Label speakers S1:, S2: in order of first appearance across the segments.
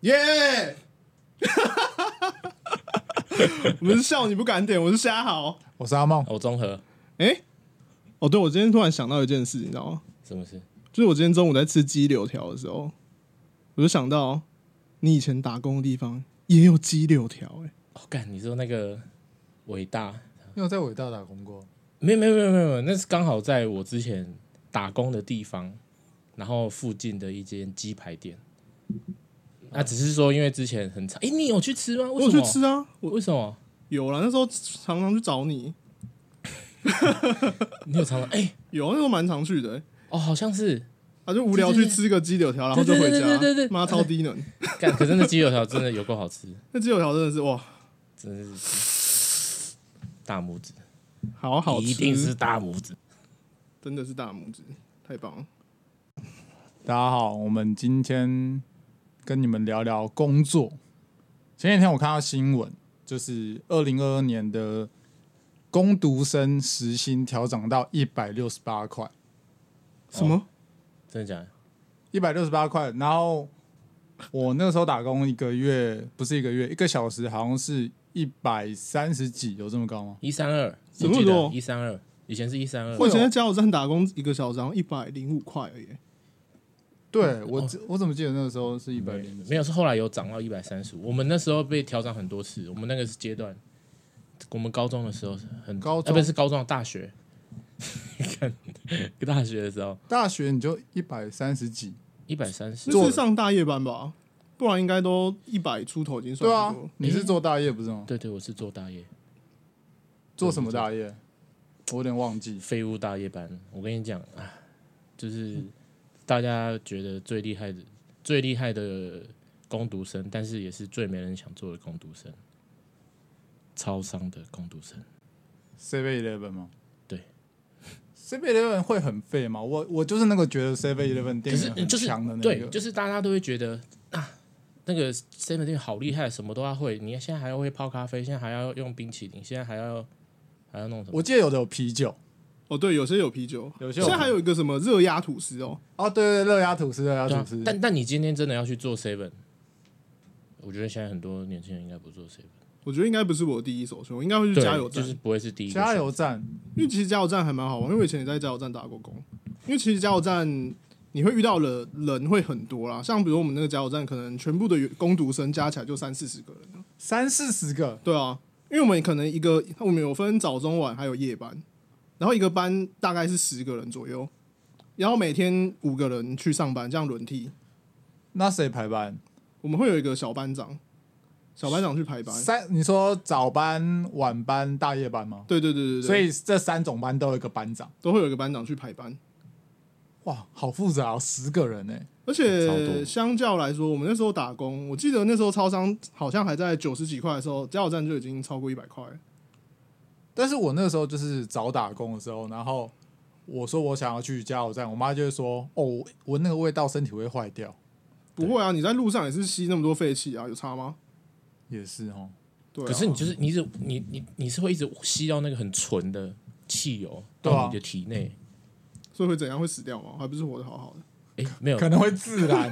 S1: 耶！ 我们是笑你不敢点，我是瞎好。
S2: 我是阿梦，
S3: 我综合
S1: 哎、哦，对，我今天突然想到一件事，你知道吗？
S3: 什么事？
S1: 就是我今天中午在吃鸡柳条的时候，我就想到你以前打工的地方也有鸡柳条、哎，
S3: 哦，干，你说那个伟大？
S2: 因为我在伟大打工过，
S3: 没有没有没有没有没有，那是刚好在我之前打工的地方，然后附近的一间鸡排店。那、只是说，因为之前很长，哎、你有去吃吗？
S1: 我
S3: 为
S1: 有
S3: 什
S1: 去
S3: 么？
S1: 吃啊，我
S3: 为什么？
S1: 有了，那时候常常去找你，
S3: 你有尝到？哎、
S1: 有啊那时候蛮常去的、哎
S3: 哦，好像是。
S1: 啊，就无聊去吃个鸡柳条，然后就
S3: 对
S1: 回
S3: 对对
S1: 家，
S3: 对对对对
S1: 妈超低能。
S3: 干，可是那鸡柳条真的有够好吃，
S1: 那鸡柳条真的是哇，
S3: 真是大拇指，
S1: 好好吃，
S3: 一定是大拇指。
S1: 真的是大拇指，太棒
S3: 哦
S1: 了。
S2: 大家好，我们今天跟你们聊聊工作。前几天我看到新闻，就是二零二二年的工读生时薪调整到一百六十八块，
S1: 什么？
S3: 真的假的？
S2: 一百六十八块。然后我那个时候打工一个月，不是一个月，一个小时好像是一百三十几，有这么高吗？
S3: 一三二，
S1: 什么时候
S3: 一三二，以前是一三二。
S2: 哦
S1: 我以前在加油站打工一个小时，然后一百零五块而已、哎
S2: 对我，我怎么记得那个时候是一百零？
S3: 没有，是后来有涨到一百三十五。我们那时候被调涨很多次，我们那个是阶段，我们高中的时候很
S2: 高中
S3: 啊不是高中，大学， 看大学的时候
S2: 大学你就一百三十几，
S3: 一百三十，
S1: 那是上大夜班吧？不然应该都一百出头已经
S2: 对
S1: 算
S2: 啊
S1: 不多了。，
S2: 你是做大业不是吗？
S3: 对对，我是做大夜
S2: 做什么大业？我有点忘记。
S3: 废物大夜班。我跟你讲啊，就是大家觉得最厉害的、最厉害的攻读生，但是也是最没人想做的攻读生，超商的攻读生。
S2: Seven Eleven 吗？
S3: 对
S2: ，Seven Eleven 会很废吗？我我就是那个觉得 Seven Eleven 店员很
S3: 就是
S2: 强的那
S3: 对，
S2: 个，
S3: 就是大家都会觉得啊，那个 Seven 店好厉害，什么都要会。你现在还要会泡咖啡，现在还要用冰淇淋，现在还要还要弄什么？
S2: 我记得有的有啤酒，
S1: 哦，对，有些有啤酒，
S2: 有些有
S1: 现在还有一个什么热压吐司哦，
S2: 哦，对对，对热压吐司，热压
S3: 对啊
S2: 吐司，
S3: 但但你今天真的要去做 Seven，我觉得现在很多年轻人应该不做 Seven，
S1: 我觉得应该不是我的第一首选，我应该
S2: 嗯
S1: 会去
S3: 对
S1: 加油站，
S3: 就是不会是第一个选
S2: 加油站
S1: 因为其实加油站还蛮好玩，因为我以前也在加油站打过工，因为其实加油站。你会遇到的人会很多啦，像比如我们那个加油站，可能全部的工读生加起来就三四十个人，
S2: 三四十个，
S1: 对啊，因为我们可能一个我们有分早中晚还有夜班，然后一个班大概是十个人左右，然后每天五个人去上班，这样轮替。
S2: 那谁排班？
S1: 我们会有一个小班长，小班长去排班。
S2: 三，你说早班、晚班、大夜班吗？
S1: 对对对对对，
S2: 所以这三种班都有一个班长，
S1: 都会有一个班长去排班。
S2: 哇，好复杂、哦，十个人哎、
S1: 而
S3: 超
S1: 且
S3: 多
S1: 相较来说，我们那时候打工，我记得那时候超商好像还在九十几块的时候，加油站就已经超过一百块了。
S2: 但是我那时候就是早打工的时候，然后我说我想要去加油站，我妈就会说：“哦，我闻那个味道，身体会坏掉。
S1: 不会啊，你在路上也是吸那么多废气啊，有差吗？”
S2: 也是哦，
S1: 对、啊，
S3: 可是你就是你一直你你你是会一直吸到那个很纯的汽油
S2: 对啊
S3: 到你的体内，
S1: 所以会怎样？会死掉吗？还不是活得好好的？
S3: 哎、
S1: 呃
S3: 没有
S2: 可能会自燃。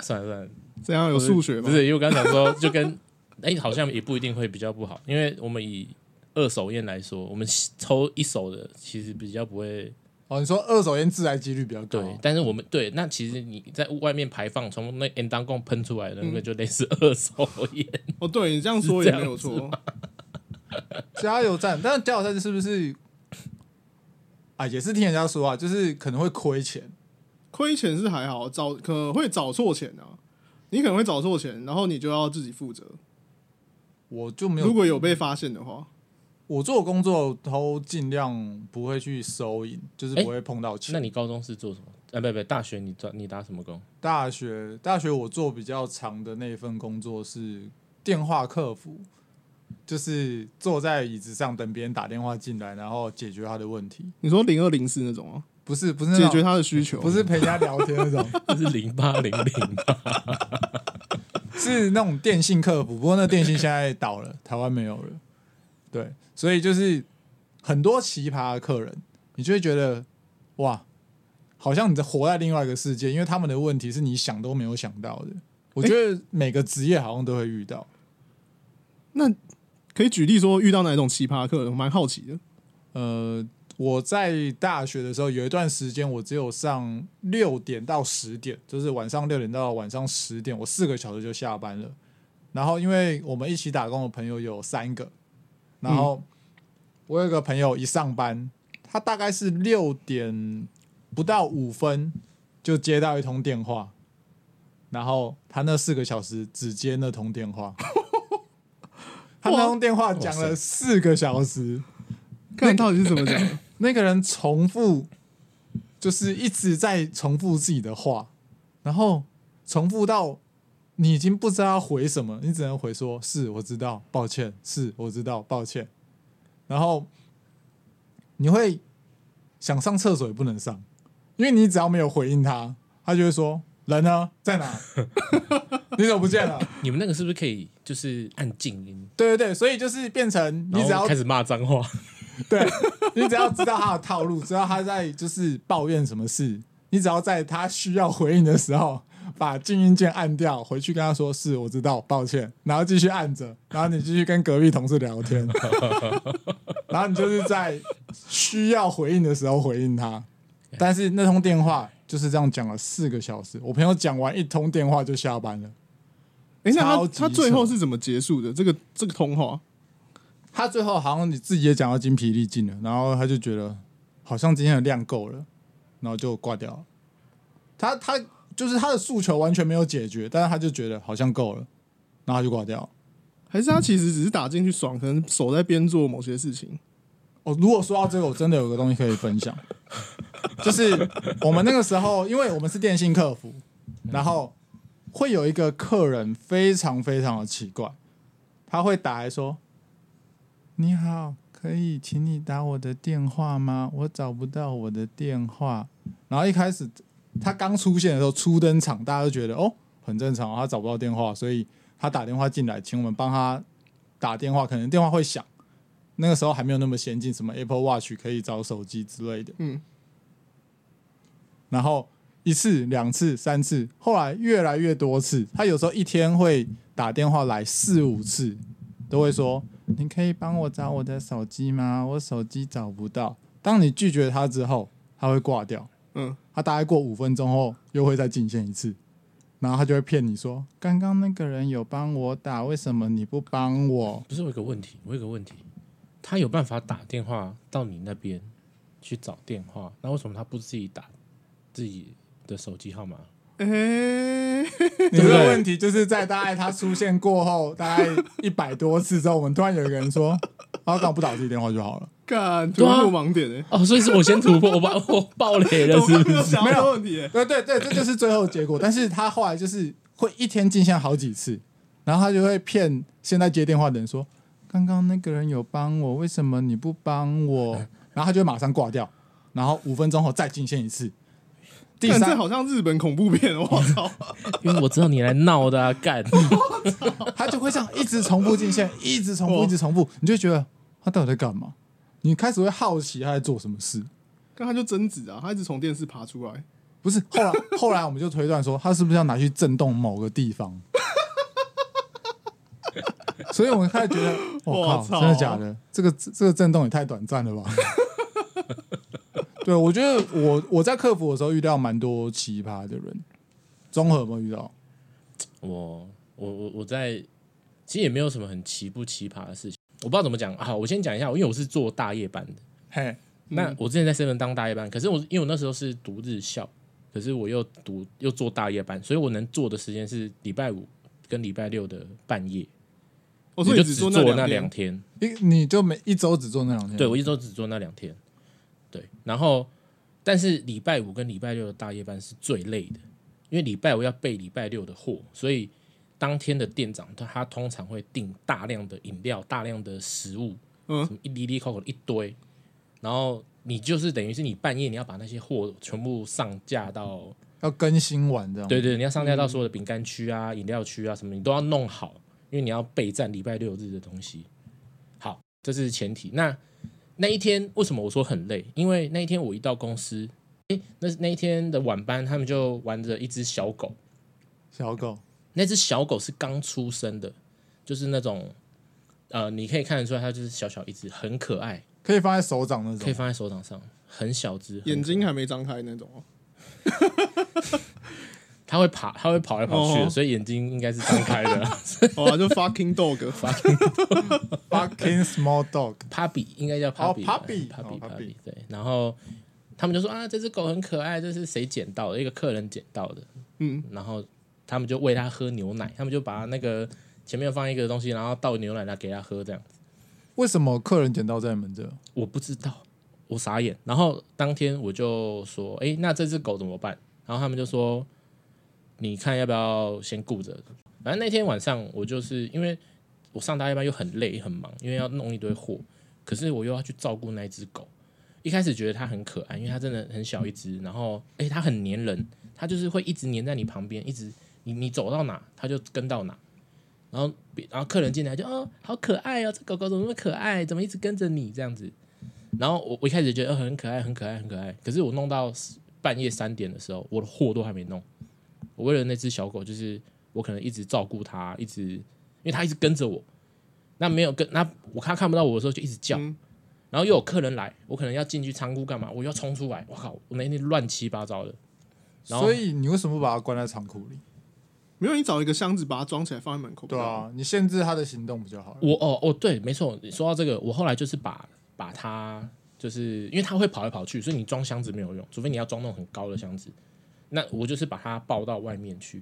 S3: 算了算了，
S1: 怎样？有数学吗？
S3: 不是，因为我刚想说，就跟 哎、好像也不一定会比较不好，因为我们以二手烟来说，我们抽一手的其实比较不会
S2: 哦，你说二手烟自燃几率比较高
S3: 对，，但是我们对那其实你在外面排放从那烟当供喷出来的那个
S2: 嗯
S3: 就类似二手 烟，
S1: 哦，对你这样说也没有错。
S2: 加油站，但是加油站是不是啊？也是听人家说啊，就是可能会亏钱。
S1: 亏钱是还好，找可会找错钱啊，你可能会找错钱，然后你就要自己负责。
S2: 我就没
S1: 如
S2: 有，
S1: 果有被发现的话，
S2: 我做的工作都尽量不会去收银，就是不会碰到钱。
S3: 那你高中是做什么？啊，不不，大学你做你打什么工？
S2: 大学大学我做比较长的那一份工作是电话客服，就是坐在椅子上等别人打电话进来，然后解决他的问题。
S1: 你说零二零四那种啊，
S2: 不不是不是那
S1: 解
S2: 种
S1: 决他的需求，
S2: 不是陪人家聊天那种，
S3: 这是零八零零吧？
S2: 是那种电信客服，不过那电信现在倒了，台湾没有了。对，所以就是很多奇葩的客人，你就会觉得哇，好像你在活在另外一个世界，因为他们的问题是你想都没有想到的。我觉得每个职业好像都会遇到，
S1: 可以举例说遇到哪一种奇葩客人，我蛮好奇的。
S2: 呃，我在大学的时候有一段时间，我只有上六点到十点，就是晚上六点到晚上十点，我四个小时就下班了。然后因为我们一起打工的朋友有三个，然后我有一个朋友一上班，他大概是六点不到五分就接到一通电话，然后他那四个小时只接那通电话。他那通电话讲了四个小时，
S1: 看到底是怎么讲 的？
S2: 那个人重复，就是一直在重复自己的话，然后重复到你已经不知道要回什么，你只能回说“是我知道，抱歉”，“是我知道，抱歉”，然后你会想上厕所也不能上，因为你只要没有回应他，他就会说“人呢，在哪？ 你怎么不见了
S3: 你们那个是不是可以就是按静音？”？
S2: 对对对，所以就是变成你
S3: 然
S2: 只要
S3: 后开始骂脏话，
S2: 对你只要知道他的套路，知道他在就是抱怨什么事，你只要在他需要回应的时候把静音键按掉，回去跟他说是我知道，抱歉，然后继续按着，然后你继续跟隔壁同事聊天，然后你就是在需要回应的时候回应他。但是那通电话就是这样讲了四个小时，我朋友讲完一通电话就下班了。
S1: 哎、那
S2: 超
S1: 他
S2: 级
S1: 他最后是怎么结束的？这个这个通话，
S2: 他最后好像你自己也讲到精疲力尽了，然后他就觉得好像今天的量够了，然后就挂掉了。他他就是他的诉求完全没有解决，但是他就觉得好像够了，然后他就挂掉了。
S1: 还是他其实只是打进去爽，可能手在边做某些事情。
S2: 哦，如果说到这个，我真的有个东西可以分享， 就是我们那个时候，因为我们是电信客服，然后会有一个客人非常非常的奇怪，他会打来说：“你好，可以请你打我的电话吗？我找不到我的电话。”然后一开始他刚出现的时候，初登场，大家都觉得哦很正常，他找不到电话，所以他打电话进来，请我们帮他打电话，可能电话会响。那个时候还没有那么先进，什么 Apple Watch 可以找手机之类的。
S1: 嗯，
S2: 然后一次、两次、三次，后来越来越多次。他有时候一天会打电话来四五次，都会说：“你可以帮我找我的手机吗？我手机找不到。”当你拒绝他之后，他会挂掉。
S1: 嗯，
S2: 他大概过五分钟后又会再进线一次，然后他就会骗你说：“刚刚那个人有帮我打，为什么你不帮我
S3: 不是我有个问题，我有个问题，他有办法打电话到你那边去找电话，那为什么他不自己打自己的手机号码？
S1: 哎、？”
S2: 你这个问题就是在大概他出现过后，大概一百多次之后，我们突然有一个人 说：“啊，干嘛不打自己电话就好了
S1: 干突
S3: 对啊
S1: 破盲点哎、
S3: 哦，所以是我先突破，我把我爆雷 了，
S1: 我
S3: 是
S1: 刚
S3: 不
S1: 刚有
S3: 是？
S1: 想到这个问题、？”欸，
S2: 对对对， 这就是最后结果。但是他后来就是会一天进线好几次，然后他就会骗现在接电话的人说：“刚刚那个人有帮我，为什么你不帮我？” 然后他就会马上挂掉，然后五分钟后再进线一次。第
S1: 干这
S2: 三，
S1: 好像日本恐怖片，我操！
S3: 因为我知道你来闹的、啊，干！
S2: 他就会这样一直重复进线，一直重复，
S1: 哇
S2: 一直重复，你就觉得他到底在干嘛？你开始会好奇他在做什么事。
S1: 刚他就争执啊，他一直从电视爬出来，
S2: 不是，后 来后来我们就推断说，他是不是要拿去震动某个 地方？所以我们开始觉 得，我、
S1: 我
S2: 靠，
S1: 操
S2: 真的假的？这个这个震动也太短 暂了吧？对，我觉得我我在客服的时候遇到蛮多奇葩的人，综合有没有遇到？
S3: 我我我我在，其实也没有什么很奇不奇葩的事情，我不知道怎么讲啊。好我先讲一下，因为我是做大夜班的，
S2: 嘿，
S1: 嗯
S3: 那我之前在 seven 当大夜班，可是我因为我那时候是读日校，可是我又读又做大夜班，所以我能做的时间是礼拜五跟礼拜六的半夜，
S1: 我
S3: 我
S1: 说
S3: 就
S1: 哦你
S3: 只
S1: 做
S3: 做
S1: 那
S3: 那
S1: 两
S3: 两
S1: 天，
S3: 天。
S2: 一你就每一周只做那两天，
S3: 对，我一周只做那两天。对，然后但是礼拜五跟礼拜六的大夜班是最累的，因为礼拜五要备礼拜六的货，所以当天的店长他他通常会订大量的饮料、大量的食物，
S1: 嗯
S3: 什么一滴滴扣扣一堆，然后你就是等于是你半夜你要把那些货全部上架到，
S2: 要更新完这样。
S1: 嗯
S3: 对对，你要上架到所有的饼干区啊、饮料区啊什么，你都要弄好，因为你要备战礼拜六日的东西。好，这是前提。那那一天为什么我说很累？因为那一天我一到公司，诶，那那一天的晚班，他们就玩着一只小狗，
S2: 小狗
S3: 那只小狗是刚出生的，就是那种呃，你可以看得出来，它就是小小一只，很可爱，
S2: 可以放在手掌那
S3: 可以
S2: 种，
S3: 放在手掌上，很小只，很
S1: 眼睛还没张开那种哦。
S3: 它会爬，它会跑来跑去的，
S1: 哦
S3: 所以眼睛应该是张开的。
S1: 好啊，就 fucking dog，
S2: fucking small dog，
S3: Puppy 应该叫 Puppy 吧、
S2: Puppy 哦 Puppy
S3: Puppy Puppy 对，然后他们就说啊，这只狗很可爱，这是谁捡到的？一个客人捡到的，
S1: 嗯，
S3: 然后他们就喂它喝牛奶，他们就把那个前面放一个东西，然后倒牛奶来给它喝，这样子。
S2: 为什么客人捡到在你们这？
S3: 我不知道，我傻眼。然后当天我就说，诶，那这只狗怎么办？然后他们就说，你看要不要先顾着？反正那天晚上我就是因为我上大夜班又很累很忙，因为要弄一堆货，可是我又要去照顾那只狗。一开始觉得它很可爱，因为它真的很小一只，然后诶，它很粘人，它就是会一直粘在你旁边，一直你你走到哪它就跟到哪。然后别然后客人进来就哦好可爱哦，这狗狗怎么那么可爱，怎么一直跟着你这样子？然后我我一开始觉得、呃很可爱，很可爱，很可爱。可是我弄到半夜三点的时候，我的货都还没弄。我为了那只小狗，就是我可能一直照顾它，一直因为它一直跟着我，那没有跟那我看它看不到我的时候就一直叫，然后又有客人来，我可能要进去仓库干嘛，我又要冲出来，我靠，我那天乱七八糟的。然后
S2: 所以你为什么不把它关在仓库里？
S1: 没有你找一个箱子把它装起来放在门口。
S2: 对，啊，你限制它的行动不就好了？
S3: 我哦哦对，没错，你说到这个，我后来就是把把它，就是因为它会跑来跑去，所以你装箱子没有用，除非你要装那种很高的箱子。那我就是把它抱到外面去，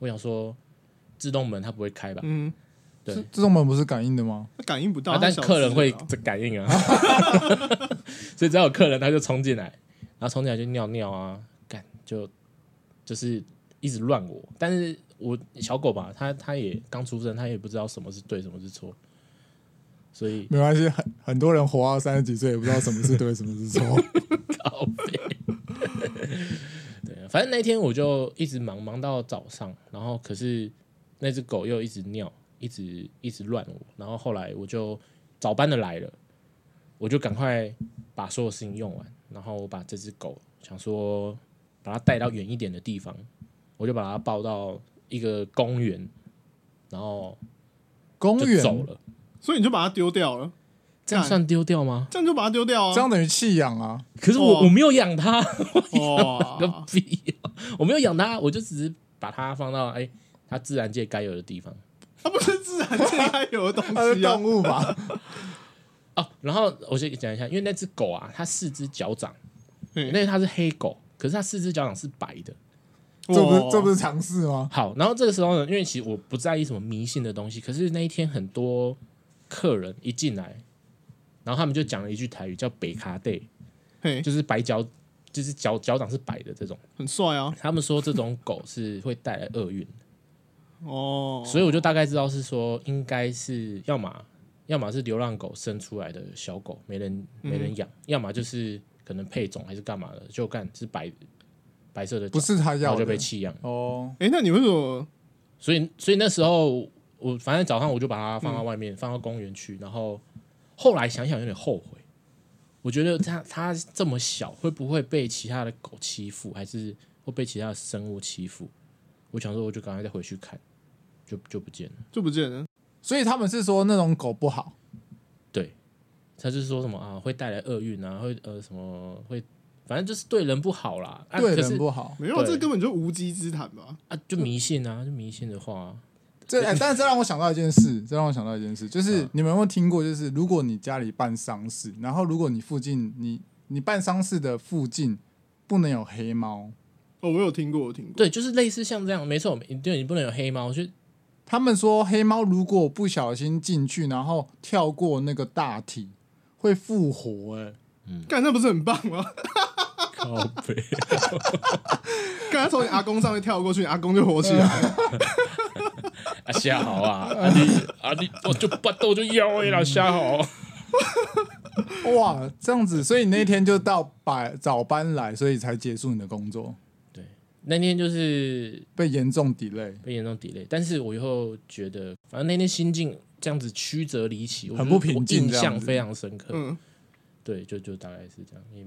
S3: 我想说自动门它不会开吧？
S1: 嗯，
S3: 对
S2: 这这种门不是感应的吗？
S1: 它感应不到
S3: 啊，，
S1: 它
S3: 但
S1: 小
S3: 客人
S1: 只
S3: 会
S1: 的啊
S3: 这感应啊， 所以只要有客人他就冲进来，然后冲进来就尿尿啊，干就就是一直乱我，但是我小狗吧，它它也刚出生，它也不知道什么是对，什么是错，所以
S2: 没关系，很很多人活到三十几岁也不知道什么是对，什么是错。
S3: 靠背。对，反正那天我就一直忙忙到早上，然后可是那只狗又一直尿，一直一直乱我，然后后来我就早班的来了，我就赶快把所有事情用完，然后我把这只狗想说把它带到远一点的地方，我就把它抱到一个公园，然后
S2: 公
S3: 就
S2: 园
S3: 走了。
S1: 所以你就把它丢掉了，
S3: 这样算丢掉
S2: 哦
S3: 吗？
S1: 这样就把它丢 掉啊。
S2: 这样等于弃养啊，
S3: 可是我、
S1: 哦
S3: 我没有养它。个
S1: 哇，
S3: 屁哦、我没有养它，我就只是把它放到哎、它自然界该有的地方
S1: 它不是自然界该有的
S2: 它
S1: 东
S2: 是
S1: 西啊
S2: 动。物吧？
S3: 哦。然后我先讲一下，因为那只狗啊，它四只脚掌，
S1: 嗯
S3: 那它是黑狗，可是它四只脚掌是白的。
S2: 这
S3: 哦
S2: 不是
S1: 哇
S2: 这不是尝试吗？
S3: 好，然后这个时候呢，因为其实我不在意什么迷信的东西，可是那一天很多客人一进来，然后他们就讲了一句台语叫“北卡 day”，
S1: 嘿，
S3: 就是白脚，就是脚脚掌是白的这种。
S1: 很帅啊。
S3: 他们说这种狗是会带来厄运。
S1: 哦，
S3: 所以我就大概知道是说，应该是要么要么是流浪狗生出来的小狗，没人
S2: 嗯
S3: 没人养，要么就是可能配种还是干嘛的，就干是白白色的脚，
S2: 不是它
S3: 然
S2: 要
S3: 后就
S2: 的
S3: 被弃养。
S2: 哦，
S1: 哎，那你为什么？
S3: 所以所以那时候我反正早上我就把它放
S2: 嗯
S3: 到外面，放到公园去，然后后来想想有点后悔，我觉得它它这么小，会不会被其他的狗欺负，还是会被其他的生物欺负？我想说，我就赶快再回去看，就就不见了。
S1: 就不见了？
S2: 所以他们是说那种狗不好，
S3: 对，他就是说什么啊，会带来厄运啊，会呃什么会，反正就是对人不好啦。啊、
S2: 对
S3: 可是
S2: 人不 好。
S1: 没有啊，
S3: 对
S1: 这根本就无稽之谈吧？
S3: 啊，就迷信啊，就迷信的话，
S2: 这、哎，但是这让我想到一件事，这让我想到一件事，
S3: 嗯
S2: 就是你们有没有听过，就是如果你家里办丧事，然后如果你附近你你办丧事的附近不能有黑猫，
S1: 哦，我有听过，我有听过。
S3: 对，就是类似像这样，没错，对你不能有黑猫，就
S2: 他们说黑猫如果不小心进去，然后跳过那个大体，会复活、哎，
S1: 干，那不是很棒吗？
S3: 靠背。
S1: 干，它从你阿公上面跳过去，你阿公就活起来了。
S3: 啊，虾好啊，啊你啊你，我就把豆就腰哎啦，虾好。
S2: 哇，这样子，所以你那天就到百早班来，所以才结束你的工作，
S3: 那天就是
S2: 被严重 delay，
S3: 被严重 delay，但是我以后觉得，反正那天心境这样子曲折离奇，我
S2: 很
S3: 觉得
S2: 不平
S3: 我
S2: 静
S3: 印
S2: 这样
S3: 象
S2: 子
S3: 非常深刻。
S1: 嗯，
S3: 对，就就大概是这样。你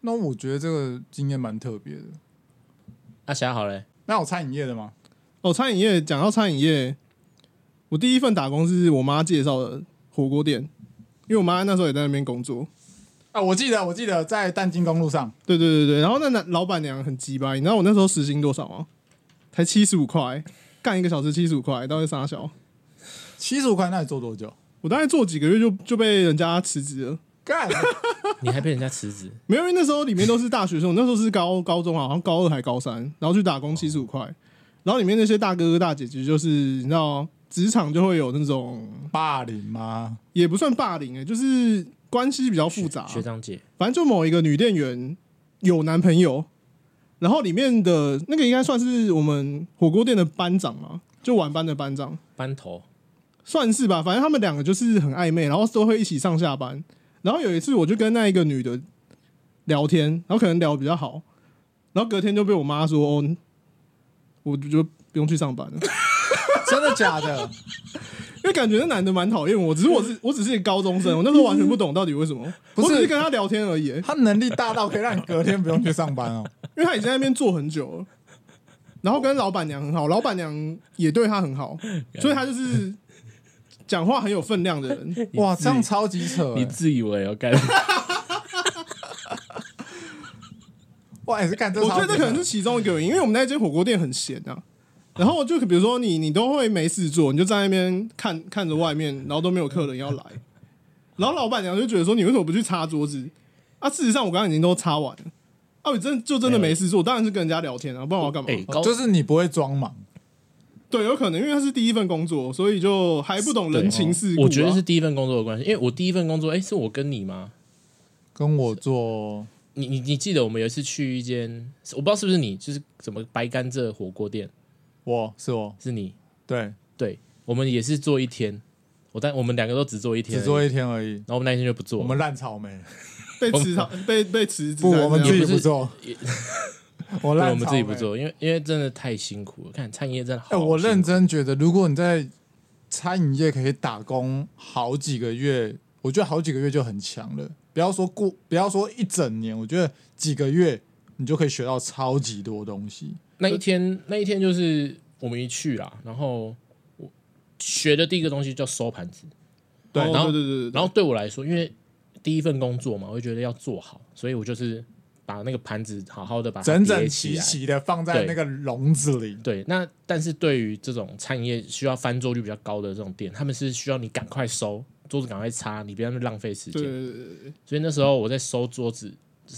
S2: 那我觉得这个经验蛮特别的。
S3: 阿霞好嘞，
S2: 那有餐饮业的吗？
S1: 哦，餐饮业讲到餐饮业，我第一份打工是我妈介绍的火锅店，因为我妈那时候也在那边工作。
S2: 啊，我记得，我记得在淡金公路上，
S1: 对对对对，然后那那老板娘很鸡巴，你知道我那时候时薪多少吗？才七十五块，干一个小时七十五块，到底傻小？
S2: 七十五块，那你做多久？
S1: 我大概做几个月就就被人家辞职了。
S2: 干，
S3: 你还被人家辞职，
S1: 没有，因为那时候里面都是大学生，我那时候是高高中啊，好像高二还高三，然后去打工七十五块，然后里面那些大哥哥大姐姐就是你知道，职场就会有那种
S2: 霸凌吗？
S1: 也不算霸凌诶、欸就是关系比较复杂、
S3: 学长姐
S1: 反正就某一个女店员有男朋友，然后里面的那个应该算是我们火锅店的班长嘛，就晚班的班长，
S3: 班头，
S1: 算是吧。反正他们两个就是很暧昧，然后都会一起上下班。然后有一次我就跟那一个女的聊天，然后可能聊得比较好，然后隔天就被我妈说，哦，我就不用去上班了，
S2: 真的假的？
S1: 因为感觉那男的蛮讨厌我，只是我是我只是一个高中生，我那时候完全不懂到底为什么，
S2: 嗯 不是
S1: 我只是跟他聊天而已、欸
S2: 他能力大到可以让你隔天不用去上班 哦。
S1: 因为他已经在那边做很久了，然后跟老板娘很好，老板娘也对他很 好，所以他就是讲话很有分量的人。
S2: 哇，这样超级扯、
S3: 你
S2: 欸！
S3: 自以为哦，干
S2: 哇，也是干这
S1: 我
S2: 超
S1: 觉
S2: 级扯，
S1: 得这可能是其中一个原因，因为我们那间火锅店很闲啊。然后就比如说你，你都会没事做，你就在那边看看着外面，然后都没有客人要来，然后老板娘就觉得说你为什么不去擦桌子？啊，事实上我刚刚已经都擦完了，啊，我真就真的没事做，当然是跟人家聊天啊，不然我要干嘛？
S3: 哎
S2: 哦
S3: 高
S2: 就是你不会装忙，
S1: 对，有可能因为他是第一份工作，所以就还不懂人情世故、啊。
S3: 我觉得是第一份工作的关系，因为我第一份工作，哎、是我跟你吗？
S2: 跟我做
S3: 你你你记得我们有一次去一间，我不知道是不是你，就是什么白甘蔗火锅店，
S2: 我是我
S3: 是你？
S2: 对，
S3: 对，我们也是做一天，我但我们两个都只做一天而已，
S2: 只做一天而已。
S3: 然后我们那一天就不做
S2: 我
S3: 了，
S2: 们烂草莓，
S1: 被辞逃，被被辞职
S2: 不，
S1: 还是怎样，
S2: 我们自己
S3: 不是
S2: 不做，我
S3: 对
S2: 烂
S3: 我们
S2: 草
S3: 自己不
S2: 莓。
S3: 做，因为因为真的太辛苦了，看餐饮业真的好
S2: 哎、
S3: 辛苦，
S2: 我认真觉得，如果你在餐饮业可以打工好几个月，我觉得好几个月就很强了。不要说过，不要说一整年，我觉得几个月你就可以学到超级多东西。
S3: 那一天那一天就是我们一去啊，然后我学的第一个东西叫收盘子，
S2: 对
S1: 哦
S3: 然后
S1: 对对对对，
S3: 然后对我来说，因为第一份工作嘛，我就觉得要做好，所以我就是把那个盘子好好的把它
S2: 整整
S3: 啊叠起
S2: 齐
S3: 来。
S2: 齐的放在
S3: 对
S2: 那个笼子里，
S3: 对，那但是对于这种餐饮业需要翻桌率比较高的这种店，他们是需要你赶快收桌子，赶快擦，你不要那么浪费时
S1: 对
S3: 间。
S1: 对对对对，
S3: 所以那时候我在收桌子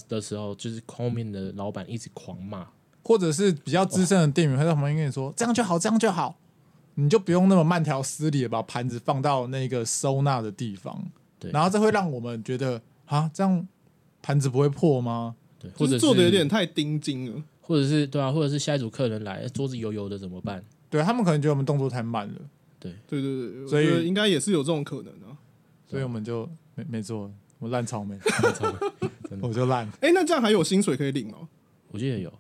S3: 的时候，就是后面的老板一直狂骂，
S2: 或者是比较资深的店员会在旁边跟你说：“这样就好，这样就好。”你就不用那么慢条斯理的把盘子放到那个收纳的地方。
S3: 对
S2: 然后这会让我们觉得啊，这样盘子不会破吗？
S3: 对，或
S1: 就
S3: 者
S1: 是做的有点，太盯紧了。
S3: 或者是对啊，或者是下一组客人来，哎桌子油油的怎么办？
S2: 对他们可能觉得我们动作太慢了，
S1: 对对对，
S2: 所以
S1: 我觉得应该也是有这种可能啊。
S2: 所以我们就没没做，我烂草莓，
S3: 真的
S2: 我就烂。
S1: 哎，那这样还有薪水可以领吗？
S3: 我记得有，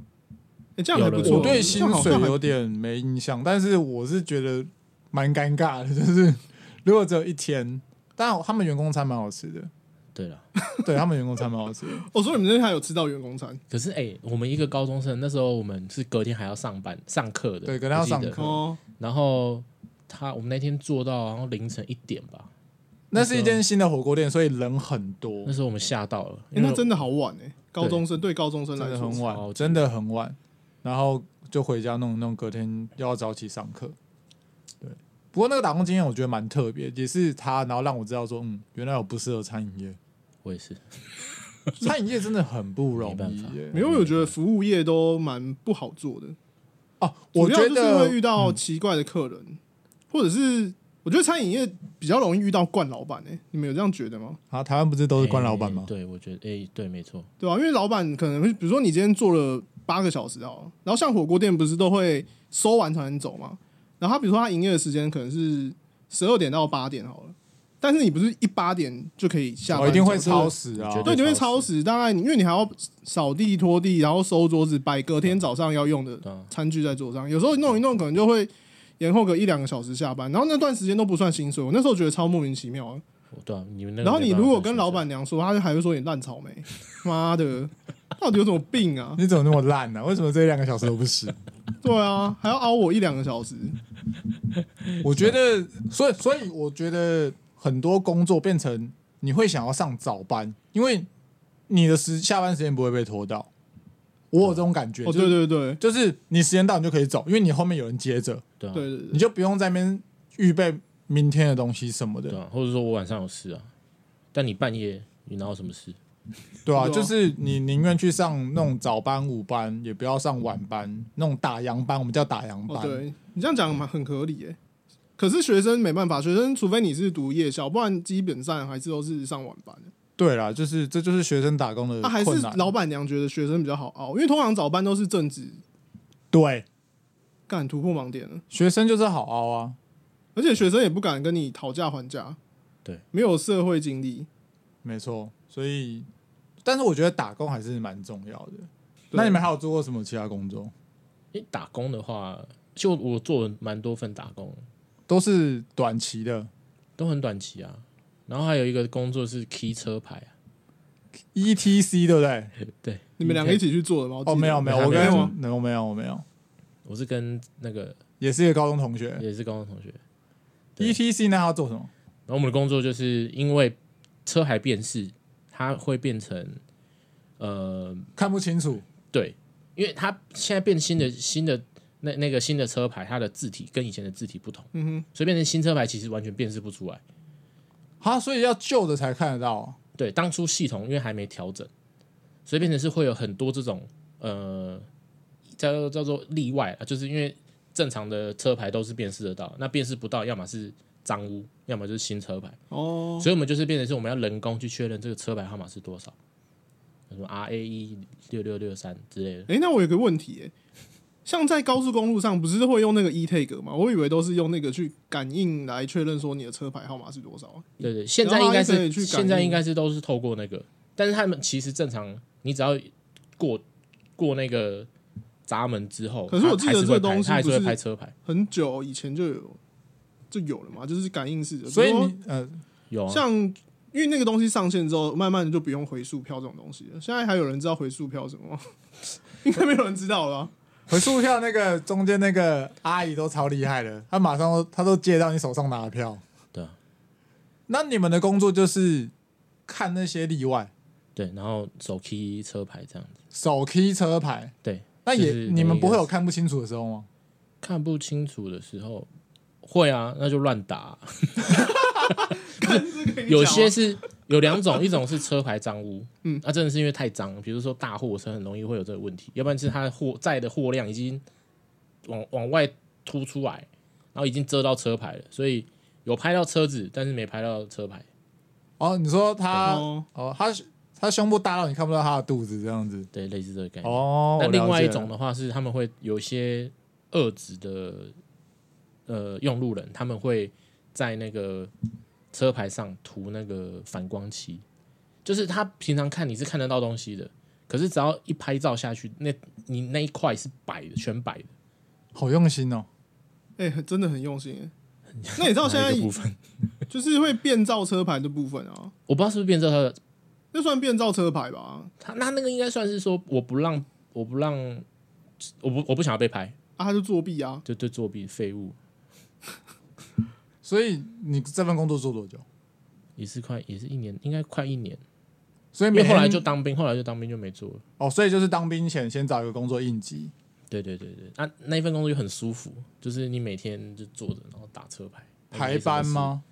S1: 哎，这样还不错。
S2: 我对
S1: 这
S2: 薪水
S1: 样好像还
S2: 有点没印象，但是我是觉得蛮尴尬的，就是如果只有一天，但他们员工餐蛮好吃的，
S3: 对了，
S2: 对他们员工餐蛮好吃的。
S1: 哦，所以你们那天还有吃到员工餐
S3: 可是哎、我们一个高中生，那时候我们是隔天还要上班上课的，
S2: 对隔天要
S3: 我记得
S2: 上课
S1: 哦，
S3: 然后他我们那天做到，然后凌晨一点吧，
S2: 那是一间新的火锅店，所以人很多
S3: 那，时候我们吓到了，
S1: 哎，
S3: 因为
S1: 那真的好晚哎，高中生对高中生
S2: 真
S1: 来
S2: 的
S1: 说
S2: 很
S3: 超
S2: 晚，
S3: 级
S2: 真的很晚。然后就回家弄弄，隔天又要早起上课。对，不过那个打工经验我觉得蛮特别，也是他，然后让我知道说，嗯，原来我不适合餐饮 业，
S3: 我也是，
S2: 餐饮业真的很不容
S3: 没办
S2: 易
S3: 法
S2: 耶。
S1: 没有，我觉得服务业都蛮不好做的，
S2: 哦，我
S1: 主要就
S2: 觉
S1: 是会遇
S2: 得嗯
S1: 到奇怪的客人，或者是我觉得餐饮业比较容易遇到惯老板哎，你们有这样觉得吗？
S2: 啊，台湾不是都是关老板吗
S3: 哎？对，我觉得哎、对，没错，
S1: 对啊吧、因为老板可能会，比如说你今天做了八个小时啊，然后像火锅店不是都会收完才能走嘛？然后他比如说他营业的时间可能是十二点到八点好了，但是你不是一八点就可以下班
S2: 我
S1: 走，
S2: 哦一定会超时啊
S3: 绝！
S1: 对，你会超时，大概你因为你还要扫地、拖地，然后收桌子，摆隔天早上要用的
S3: 对啊
S1: 餐具在桌上。有时候弄一弄，可能就会延后个一两个小时下班，然后那段时间都不算薪水。我那时候觉得超莫名其妙的。
S3: 对啊，你们那个
S1: 然后你
S3: 没办法
S1: 如果
S3: 分
S1: 跟
S3: 析
S1: 老板娘说，她就还会说你烂草莓，妈的，到底有什么病啊？
S2: 你怎么那么烂呢、为什么这两个小时都不行？
S1: 对啊，还要熬我一两个小时。
S2: 我觉得，所以所以我觉得很多工作变成你会想要上早班，因为你的时下班时间不会被拖到。我有这种感觉，
S1: 哦，
S2: 就是啊
S1: 对对对
S2: 就是你时间到你就可以走，因为你后面有人接着，
S3: 对啊
S1: 对对
S2: 你
S1: 对，
S2: 就不用在那边预备明天的东西什么
S3: 对
S2: 的，
S3: 啊，或者说我晚上有事啊，但你半夜你哪有什么事？
S2: 对啊，
S1: 对啊
S2: 就是你宁愿去上那种早班、午班，也不要上晚班，那种打烊班，我们叫打烊
S1: 哦
S2: 班，
S1: 对你这样讲蛮很合理耶、可是学生没办法，学生除非你是读夜校，不然基本上还是都是上晚班的。
S2: 对啦，就是这就是学生打工的
S1: 那、啊还是
S2: 困难，
S1: 老板娘觉得学生比较好熬，因为通常早班都是正职，
S2: 对，
S1: 敢突破盲点了，
S2: 学生就是好熬啊，
S1: 而且学生也不敢跟你讨价还价，
S3: 对，
S1: 没有社会经历，
S2: 没错，所以，但是我觉得打工还是蛮重要的。
S1: 对
S2: 那你们还有做过什么其他工作？
S3: 因为打工的话，就我做了蛮多份打工，
S2: 都是短期的，
S3: 都很短期啊。然后还有一个工作是 key 车牌啊，
S2: E T C 对不对？
S3: 对，
S1: 你们两个一起去做的吗？我记
S2: 哦，
S1: 得
S2: 没有没有，我
S3: 没有
S1: 吗
S2: 跟没有没有我没有，
S3: 我是跟那个
S2: 也是一个高中同学。
S3: 也是高中同学，对
S2: E T C 那他要做什么？
S3: 然后我们的工作就是因为车牌辨识，它会变成呃，
S2: 看不清楚，
S3: 对，因为它现在变新的新的那那个新的车牌，它的字体跟以前的字体不同，
S1: 嗯哼，
S3: 所以变成新车牌其实完全辨识不出来。
S2: 哈，所以要旧的才看得到哦。
S3: 对，当初系统因为还没调整，所以变成是会有很多这种呃叫做叫做例外啊，就是因为正常的车牌都是辨识得到，那辨识不到，要么是脏污，要么就是新车牌，
S1: 哦，
S3: 所以我们就是变成是我们要人工去确认这个车牌号码是多少，什么 R A 一六六六三之类的。
S1: 诶，那我有个问题、诶，像在高速公路上不是会用那个 e tag 吗？我以为都是用那个去感应来确认说你的车牌号码是多少。
S3: 对对，现在应该
S1: 然后还可以
S3: 是
S1: 去感应
S3: 现在应该是都是透过那个，但是他们其实正常，你只要过过那个闸门之后，
S1: 可是我
S3: 他
S1: 记得
S3: 还会
S1: 这东西
S3: 拍他还是
S1: 不
S3: 会
S1: 是
S3: 拍车牌，
S1: 很久哦以前就有就有了嘛，就是感应式的。
S2: 所以
S1: 比如说
S2: 你呃，
S3: 有啊，
S1: 像因为那个东西上线之后，慢慢的就不用回数票这种东西了。现在还有人知道回数票是什么吗？ 应该没有人知道了吧。
S2: 回数票那个中间那个阿姨都超厉害的，她马上都她都接到你手上拿的票。
S3: 对啊，
S2: 那你们的工作就是看那些例外，
S3: 对，然后手 key 车牌这样子，
S2: 手 key 车牌，
S3: 对，
S2: 那
S3: 就
S2: 也
S3: 是
S2: 你们不会有
S3: 那个
S2: 看不清楚的时候吗？
S3: 看不清楚的时候，会啊，那就乱打啊、 有些
S1: 哦
S3: 是有两种，一种是车牌脏污，嗯，那、真的是因为太脏，比如说大货车很容易会有这个问题，要不然是它的货载的货量已经往往外凸出来，然后已经遮到车牌了，所以有拍到车子，但是没拍到车牌，
S2: 哦，你说
S3: 啊
S2: 她
S1: 哦
S2: 哦，她她胸部大到你看不到她的肚子这样子。
S3: 对，类似这个概念。
S2: 哦，
S3: 那
S2: 我
S3: 另外
S2: 了
S3: 一
S2: 解
S3: 种的话是，他们会有一些遏制的呃用路人，他们会在那个车牌上涂那个反光漆，就是他平常看你是看得到东西的，可是只要一拍照下去，那你那一块是白的，全白的。
S2: 好用心哦。
S1: 哎、真的很用心、欸。那你知道现在
S3: 哪一个 部分，
S1: 就是会变造车牌的部分啊？
S3: 我不知道是不是变色车，
S1: 那算变造车牌吧？
S3: 他那那个应该算是说我不让我不让我不我不想要被拍，
S1: 啊，他就作弊啊！
S3: 就对作弊废物，
S2: 所以你这份工作做多久？
S3: 也是快也是一年，应该快一年，
S2: 所以
S3: 因
S2: 每
S3: 为后
S2: 天
S3: 来就当兵，后来就当兵就没做了。
S2: 哦，所以就是当兵前先找一个工作应急。
S3: 对对对对，那、那一份工作就很舒服，就是你每天就坐着，然后打车牌。
S2: 排班？吗？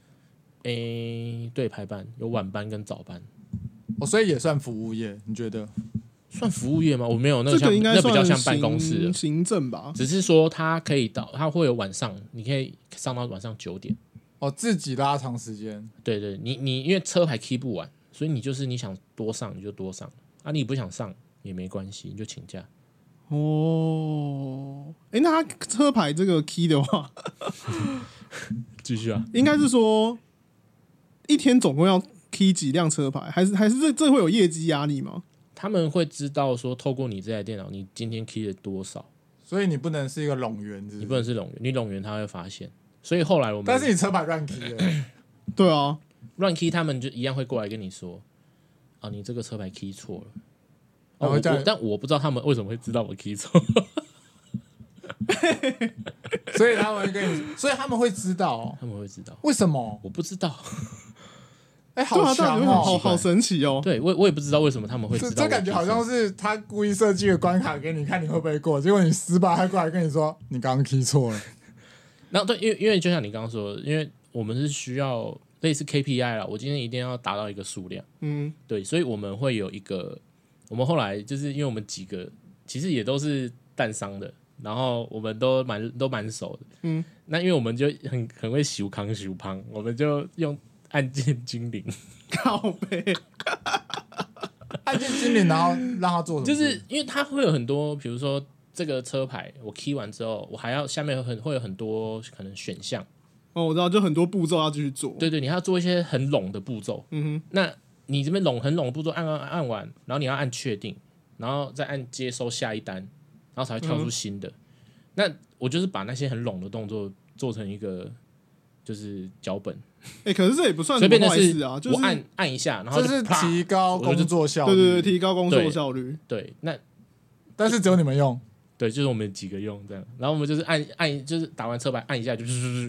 S3: 诶、对，排班有晚班跟早班，
S2: 哦，所以也算服务业，你觉得？
S3: 算服务业吗？我没有，那
S1: 这
S3: 像
S1: 个应该
S3: 那比较
S1: 算
S3: 像办公室
S1: 行
S3: 了，
S1: 行政吧？
S3: 只是说它可以到，它会有晚上，你可以上到晚上九点。
S2: 哦，自己拉长时间，
S3: 对对，你你因为车牌 key 不完，所以你就是你想多上你就多上，啊，你不想上也没关系，你就请假。
S1: 哦，哎、那他车牌这个 key 的话，
S3: 继续啊，
S1: 应该是说，一天总共要踢几辆车牌？还是还是这这会有业绩压力吗？
S3: 他们会知道说，透过你这台电脑，你今天 key 了多少，
S2: 所以你不能是一个拢员，是
S3: 你
S2: 不
S3: 不
S2: 是？
S3: 能是拢员，你拢员他会发现。所以后来我们
S2: 但是你车牌乱 key 了，
S1: 对啊，
S3: 乱 key，他们就一样会过来跟你说，啊，你这个车牌 key 错了。
S2: 然
S3: 哦、
S2: 后
S3: 我
S2: 叫你
S3: 我但我不知道他们为什么会知道我 key 错，
S2: 所以他们会跟你，所以他们会知道哦
S3: 他们会知道，
S2: 为什么？
S3: 我不知道，
S1: 对啊，
S2: 哎，好
S1: 到
S2: 强
S1: 底
S2: 哦！
S1: 好好好神奇哦！
S3: 对我我也不知道为什么他们会知
S2: 这
S3: 道。
S2: 这感觉好像是他故意设计的关卡给你看，你会不会过？结果你失败，他过来跟你说你刚刚 key 错了。
S3: 然后对，因为因为就像你刚刚说的，因为我们是需要类似 KPI 啦，我今天一定要达到一个数量，
S1: 嗯，
S3: 对，所以我们会有一个，我们后来就是因为我们几个其实也都是淡商的，然后我们都蛮都蛮熟的，
S1: 嗯，
S3: 那因为我们就很很会修康修康，我们就用按键精灵，
S1: 靠背，
S2: 按键精灵，然后让他做什么
S3: 就
S2: 事？
S3: 是因为它会有很多，比如说这个车牌我 key 完之后，我还要下面有很会有很多可能选项。
S1: 哦，我知道，就很多步骤要继续做。
S3: 对对，你还要做一些很拢的步骤。
S1: 嗯
S3: 那你这边拢很拢的步骤按按按完，然后你要按确定，然后再按接收下一单，然后才会跳
S1: 嗯
S3: 出新的。那我就是把那些很拢的动作做成一个就是脚本，
S1: 哼，哎、可是这也不算
S3: 所
S1: 什
S3: 以变
S1: 么
S3: 成
S1: 坏事啊，就是
S3: 我按按一下，然后
S2: 这
S3: 就是啪
S2: 提高工作效率。
S1: 对对对，提高工作
S3: 对
S1: 效率。
S3: 对，那
S2: 但是只有你们用，
S3: 对就是我们几个用这样，然后我们就是按按就是打完车牌按一下就